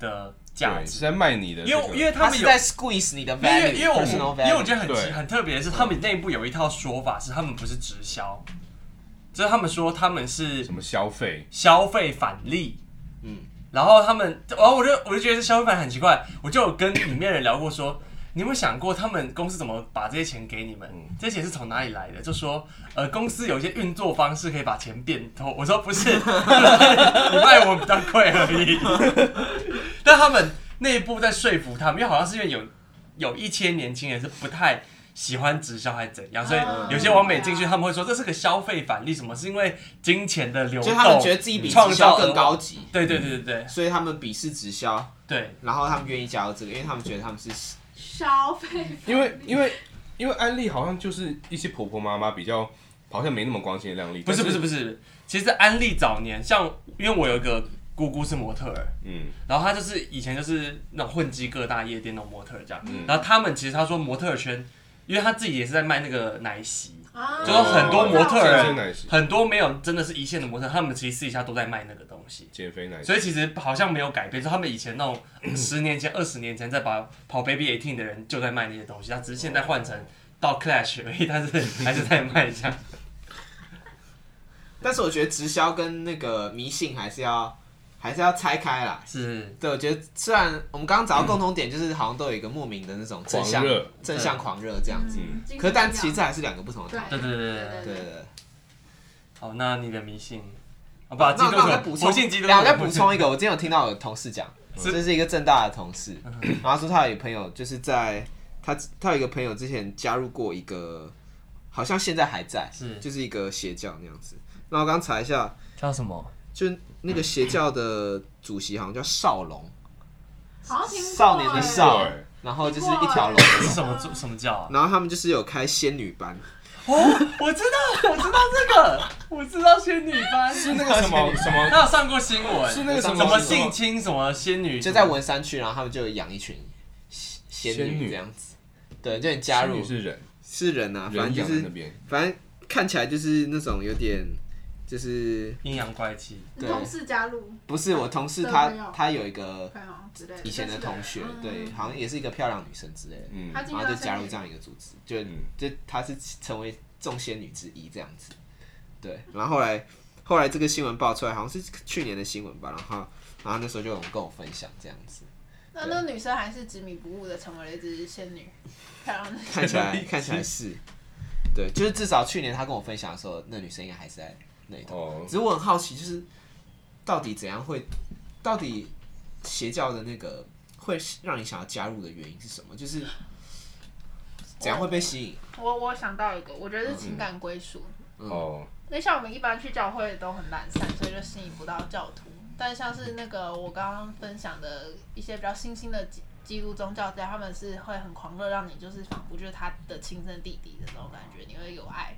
S1: 的价
S2: 对，是
S1: 值，
S2: 在卖你的这
S1: 因
S2: 个，
S1: 为因为他
S3: 他
S1: 们
S3: 是
S1: 有。
S3: 在 squeeze 你的
S1: 因
S3: value，
S1: 为因为我
S3: personal
S1: 因为
S3: value
S1: 我觉得很奇
S2: 对
S1: 很特别的是，他们内部有一套说法是他们不是直销，就是他们说他们是
S2: 什么消费，
S1: 消费返利，
S3: 嗯
S1: 然后他们，然后我就我就觉得这消费返利很奇怪，我就有跟里面人聊过说，你有没有想过他们公司怎么把这些钱给你
S3: 嗯
S1: 们？这些钱是从哪里来的？就说呃，公司有一些运作方式可以把钱变透。我说不 是，你卖我比较贵而已。但他们内部在说服他们，因为好像是因为有有一些年轻人是不太喜欢直销还是怎样，所以
S3: 啊
S4: 嗯
S1: 有些网美进去，他们会说这是个消费返利，什么是因为金钱的流
S3: 就
S1: 动，
S3: 他们觉得自己比直
S1: 创
S3: 销
S1: 造
S3: 更
S1: 额
S3: 高级，
S1: 对对对对对
S3: 所以他们鄙视直销，
S1: 对，
S3: 然后他们愿意加入这个，因为他们觉得他们是
S4: 消费
S2: 因为因为因为安利好像就是一些婆婆妈妈比较好像没那么光鲜亮丽，
S1: 不是
S2: 但
S1: 不是不是，其实安利早年像，因为我有一个姑姑是模特儿，
S2: 嗯，
S1: 然后她就是以前就是那种混迹各大夜店那种模特儿这样，
S2: 嗯
S1: 然后他们其实她说模特儿圈，因为她自己也是在卖那个奶昔，
S4: 啊，
S1: 就是很
S3: 哦
S1: 多模特
S2: 哦健
S1: 儿
S2: 身奶昔
S1: 很多没有真的是一线的模特儿，他们其实私底下都在卖那个东西。
S2: 减肥奶昔，
S1: 所以其实好像没有改变，就他们以前那种十年前、二十年前在跑跑 Baby Eighteen 的人就在卖那些东西，他只是现在换成到 Clash 而已，但是还是在卖这样。
S3: 但是我觉得直销跟那个迷信还是要还是要拆开啦。
S1: 是，
S3: 对，我觉得虽然我们刚刚找到共同点，就是好像都有一个莫名的那种正向
S2: 狂热
S3: 正向狂热这样子，
S2: 嗯
S4: 精神
S3: 可是但
S4: 力量
S3: 其实这还是两个不同的
S4: 对
S3: 讨论。
S1: 对对对对
S4: 对
S3: 对对对，
S1: 好，哦那你的迷信，好
S3: 那
S1: 吧，基督
S3: 那我
S1: 徒
S3: 再补充，
S1: 不信基督徒，
S3: 那我再补充一个，我今天有听到我的同事讲，
S1: 是
S3: 这是一个正大的同事，然后说他有一个朋友就是在他他有一个朋友之前加入过一个，好像现在还在，
S1: 是
S3: 就是一个邪教那样子。然后我刚查一下，
S1: 叫什么？
S3: 就那个邪教的主席好像叫少龙，
S4: 好像听过
S3: 少年的
S4: 哎
S3: 少
S2: 哎
S3: 然后就是一条龙的
S1: 是
S3: 龙，
S1: 什么族什么教啊？
S3: 然后他们就是有开仙女班，
S1: 哦，我知道，我知道这个，我知道仙女班是
S2: 那个什么什么
S1: 他有上过新闻，
S2: 是那个
S3: 什么
S1: 什么性侵什么仙女，
S3: 就在文山区，然后他们就有养一群仙仙
S2: 仙
S3: 女
S2: 女
S3: 这样子，对，就你加入
S2: 仙女是人，
S3: 是人啊，反
S2: 人
S3: 正就
S2: 养在那
S3: 是
S2: 边，
S3: 反正看起来就是那种有点就是
S1: 阴阳怪气，
S4: 你同事加入
S3: 不是我同事
S4: 对
S3: 他
S4: 没有
S3: 他有一个
S4: 朋友之类的，嗯
S3: 以前的同学，对，好像也是一个漂亮女生之类的，
S2: 嗯
S4: 他，进
S3: 然
S4: 入
S3: 后
S4: 到
S3: 就加入
S4: 仙
S3: 这样一个组织，就
S2: 嗯
S3: 就她是成为众仙女之一这样子，对，然后后来后来这个新闻爆出来，好像是去年的新闻吧，然后然后那时候就有人跟我分享这样子，
S4: 那那女生还是执迷不悟的成为了一只仙女，漂亮的
S3: 看起来看起来是，对，就是至少去年她跟我分享的时候，那女生应该还是在那里头。
S2: 哦
S3: 只，是我很好奇，就是到底怎样会，到底邪教的那个会让你想要加入的原因是什么？就是怎样会被吸引？嗯
S4: 我我想到一个，我觉得是情感归属。
S2: 哦，
S4: 那像我们一般去教会都很懒散，所以就吸引不到教徒。但像是那个我刚刚分享的一些比较新兴的基基督宗教家，他们是会很狂热，让你就是仿佛就是他的亲生弟弟的那种感觉，你会有爱，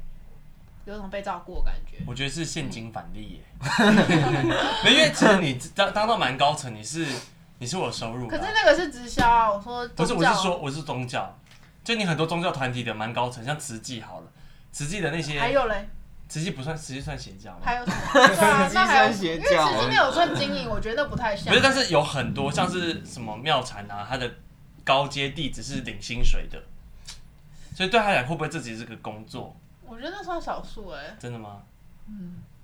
S4: 有种被照顾的感觉。
S1: 我觉得是现金返利耶， 没因为其实你当当到蛮高层，你是你是我收入
S4: 可
S1: 的
S4: 是
S1: 啊，
S4: 那个是直销啊，我说
S1: 不是
S4: 宗
S1: 我
S4: 教
S1: 是说我是宗教，就你很多宗教团体的蛮高层，像慈济好了，慈济的那
S4: 还
S1: 些
S4: 有嘞，
S1: 慈济不算慈济算邪教吗？
S4: 还 有什么？对啊，那还有
S3: 慈济
S4: 因
S3: 算邪
S4: 为
S3: 教啊
S4: 慈济没有算经营，我觉得那不太像。
S1: 不是，但是有很多像是什么妙禅啊，他的高阶弟子是领薪水的，所以对他来讲会不会这只是个工作？
S4: 我觉得那算少数哎、
S1: 真的吗？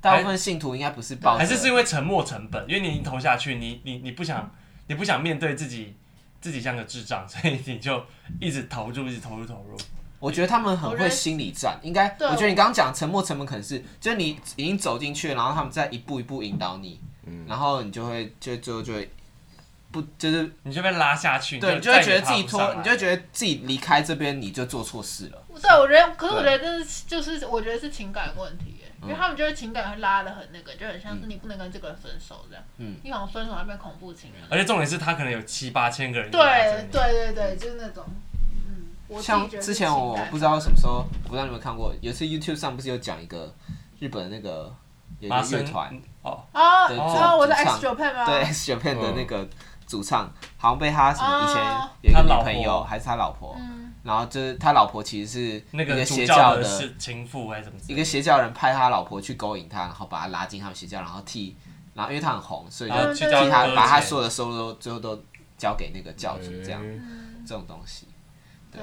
S3: 大部分信徒应该不是抱着
S1: 还是是因为沉没成本，因为你已经投下去，你你你不想
S3: 嗯
S1: 你不想面对自己自己像个智障，所以你就一直投入，一直投入投入。
S3: 我觉得他们很
S4: 我觉
S3: 会
S4: 得
S3: 心理战，应该。
S4: 对
S3: 我觉得你刚刚讲沉默成本可能是，就是你已经走进去了，然后他们再一步一步引导你，
S1: 嗯
S3: 然后你就会就最后就会不就是
S1: 你就被拉下去，
S3: 对，你
S1: 就
S3: 就会觉得自己
S1: 拖
S3: 脱，，你就会觉得自己离开这边你就做错事了。
S4: 对，我觉得，可是我觉得这是就是我觉得是情感问题耶，因为他们就是情感会拉的很那个，就很像是你不能跟这个人分手这样，
S3: 嗯，
S4: 你好像分手还变成恐怖情人，
S1: 而且重点是他可能有七八千个人一直拉着
S4: 嗯对啊
S1: 你，
S4: 对对对，就是那种，嗯，我自己
S3: 像
S4: 觉得
S3: 之前我不知道什么时候，我不知道你们有没有看过，有一次 YouTube 上不是有讲一个日本的那个有一
S1: 麻
S3: 个乐
S1: 生
S3: 团，
S1: 哦，
S4: 啊，
S3: 对
S4: 哦，哦我在
S3: 主
S4: X
S3: 唱
S4: Japan 吗？
S3: 对 X Japan 的那个主唱，好像被他什么以前
S4: 哦
S3: 有一个
S1: 他老
S3: 女朋友
S1: 婆
S3: 还是他老婆，
S4: 嗯，
S3: 然后就是他老婆其实是
S1: 那
S3: 一
S1: 个
S3: 个
S1: 主
S3: 邪
S1: 教
S3: 教
S1: 的
S3: 的
S1: 是情妇还是怎么之
S3: 一
S1: 类
S3: 个
S1: 的？
S3: 邪教人派他老婆去勾引他，然后把他拉进他们邪教，然后替，然后因为他很红，所以就
S1: 然后去
S4: 然
S1: 教
S4: 后
S3: 替他
S1: 割
S3: 把他
S1: 钱
S3: 所有的收入都最后都交给那个教主，这样
S2: 嗯
S4: 嗯
S3: 这种东西，
S4: 对，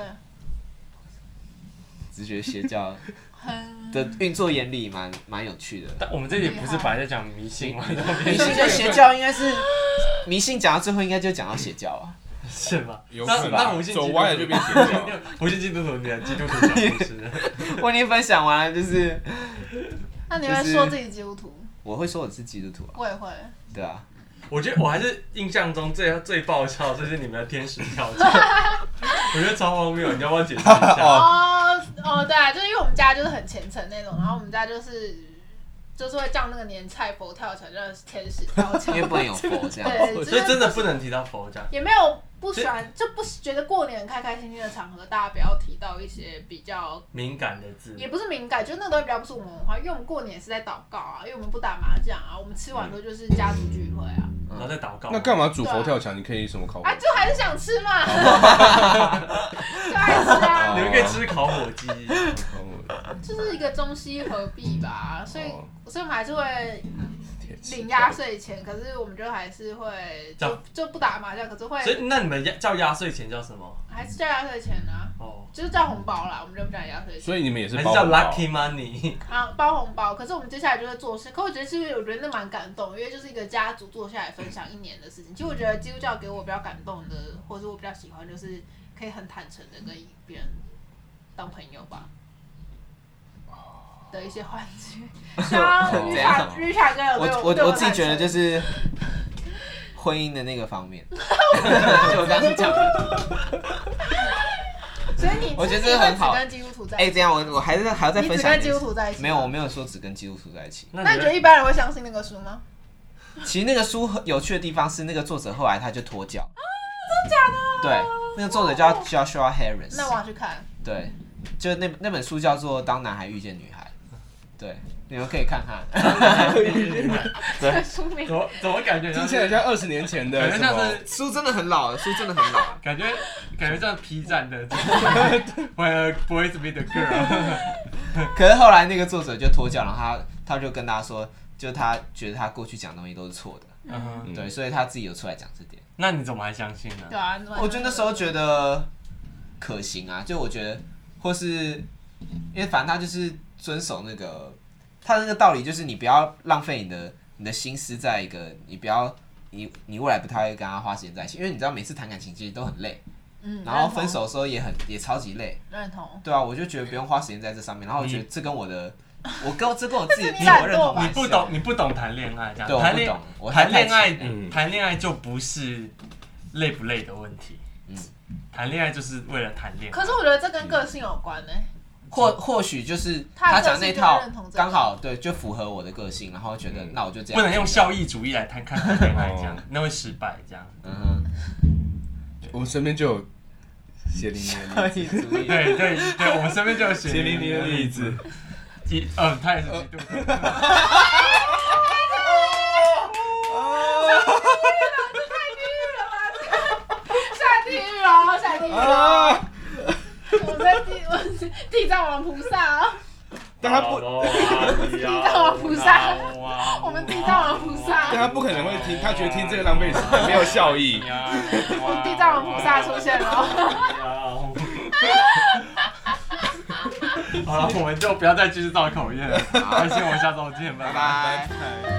S3: 只是觉得邪教
S4: 很
S3: 的运作原理蛮蛮有趣的。
S1: 但我们这里不是本来在讲迷信 吗？
S3: 迷信跟邪教应该是迷信讲到最后应该就讲到邪教啊，
S1: 是吗？
S2: 有
S1: 那
S2: 可
S1: 那
S2: 能
S1: 无信基督
S2: 走
S1: 徒
S2: 歪了就变邪 教。
S1: 无信基督徒，你的基督徒讲故事，
S3: 我已经分享完了，就是
S4: 那你会说自己基督徒？
S3: 我会说我是基督徒啊，
S4: 我也会，
S3: 对啊，
S1: 我觉得我还是印象中最最爆笑就是你们的天使跳 脚，我觉得超荒谬，你要不要解释一 下？
S4: 哦哦，对啊，就是因为我们家就是很虔诚那种，然后我们家就是就是会叫那个年菜佛跳墙，就是天使跳
S3: 因
S4: 墙
S3: 为，不能有佛这样。
S4: 对，
S1: 所以真
S4: 的
S1: 的不能提到佛教，
S4: 也没有不喜欢，就不觉得过年开开心心的场合，大家不要提到一些比较。
S1: 敏感的字
S4: 也不是敏感，就那个东西比较不是我们文啊化，因为我们过年是在祷告啊，因为我们不打麻将啊，我们吃完之后就是家族聚会啊，
S1: 然后再祷告。
S2: 那干嘛主佛跳墙？你可以什么烤火
S4: 啊，？就还是想吃 嘛，就爱吃啊，
S1: 你们可以吃烤火 鸡，
S2: 烤火
S4: 就是一个中西合璧吧，所以、
S2: 哦
S4: 所以我们还是会
S2: 铁丝
S4: 领压岁钱，可是我们就还是会
S1: 这
S4: 就
S1: 样
S4: 就不打麻将，可是
S1: 所以
S4: 会
S1: 那你们压叫压岁钱叫什么？
S4: 还是叫压岁钱啊，
S1: 哦，
S4: 就是叫红包啦，我们就不叫压岁钱
S2: 所以你们也是
S1: 还是
S2: 包
S1: 叫
S2: 红包
S1: Lucky Money？
S4: 啊，包红包。可是我们接下来就会做事，可我觉得其实我觉得那蛮感动，因为就是一个家族坐下来分享一年的事情。其实我觉得基督教给我比较感动的，或者我比较喜欢，就是可以很坦诚的跟别人当朋友吧。的一些环节，像
S3: 怎
S4: r
S3: 样
S4: i c h a 哥有
S3: 哦我
S4: 对
S3: 我
S4: 对
S3: 我自己觉得
S4: 坦诚
S3: 就是婚姻的那个方 面，就我刚刚讲的。
S4: 所以你
S3: 我觉得
S4: 这
S3: 这很好
S4: 跟基督徒在
S3: 哎、
S4: 一起，
S3: 这样我我还是还要再
S4: 你
S3: 分
S4: 只
S3: 享一
S4: 跟
S3: 件
S4: 基
S3: 事
S4: 督徒在一起，
S3: 没有，我。没有说只跟基督徒在一起。
S4: 那
S1: 那
S4: 你
S1: 你
S4: 觉得
S1: 们
S4: 一般人会相信那个书吗？
S3: 其实那个书很有趣的地方是，那个作者后来他就脱脚啊，真假的？对，那个作者叫 Joshua
S4: 那我
S3: Harris，
S4: 要去看。
S3: 对，就那那本书叫做《当男孩遇见女孩》，对，你们可以看看。
S4: 这书 名
S1: 怎么怎么感觉
S2: 听
S1: 像
S2: 起来
S1: 是
S2: 像二十年前的
S1: 感觉
S2: 什
S1: 像
S2: 么
S1: 是
S3: 书真的很老，书真的很 老。
S1: 感觉感觉像 P 站 的，Where boys meet the girl。
S3: 可是后来那个作者就脱脚，然后他他就跟大家说，就他觉得他过去讲的东西都是错的，
S1: 嗯哼，
S2: 嗯
S3: 对，所以他自己有出来讲这点。
S1: 那你怎么还相信呢
S4: 对？啊，你怎么
S3: 我觉得那时候觉得可行啊，就我觉得，或是因为反正他就是遵守那个他的那个道理，就是你不要浪费你的你的心思在一个你不要你你未来不太会跟他花时间在一起，因为你知道每次谈感情其实都很累，
S4: 嗯，
S3: 然后分手的时候也很也超级累，
S4: 认同。
S3: 对啊，我就觉得不用花时间在这
S1: 嗯
S3: 上面，然后我觉得这跟我的我跟这跟我 自己的自
S4: 但是你懒
S3: 我
S4: 惰
S3: 认同
S4: 吧
S1: 你
S3: 蛮
S1: 不
S3: 像
S1: 懂，你不懂谈恋爱这样
S3: 对，我
S1: 谈
S3: 不
S1: 恋嗯
S3: 懂，我
S1: 谈
S3: 太
S1: 恋爱
S3: 浅了
S2: 嗯
S1: 谈恋爱就不是累不累的问题。谈恋爱就是为了谈恋爱。
S4: 嗯可是我觉得这跟个性有关呢、
S3: 或或许就是
S4: 他
S3: 他
S4: 的
S3: 讲
S4: 个性
S3: 那
S4: 就
S3: 套
S4: 认同这
S3: 刚好对，就符合我的个性，然后觉得
S2: 嗯
S3: 那我就这样。
S1: 不能用效益主义来谈看谈恋爱这样，
S4: 哦
S1: 那会失败这样。
S3: 嗯哼，
S2: 我身边就有血淋淋的
S3: 效
S2: 例子
S3: 益主义。
S1: 对对对，我们身边就有 血
S2: 血淋淋的例
S1: 子，
S2: 子，
S1: 一嗯，他也是嫉妒。
S4: 下地狱哦，下地狱
S2: 啊
S4: 哦！我在地，我是地藏王菩萨哦，
S2: 但他不，
S5: 地
S4: 藏王菩萨
S2: 啊
S5: 哇
S4: 啊我们地藏王菩萨
S2: 但他不可能会听，他觉得听这个浪费时间，没有效 益。
S4: 我们地藏王菩萨出现了哦。
S1: 好了，我们就不要再继续造口业了，感谢我们下周见，拜拜。
S3: 拜拜。
S2: 拜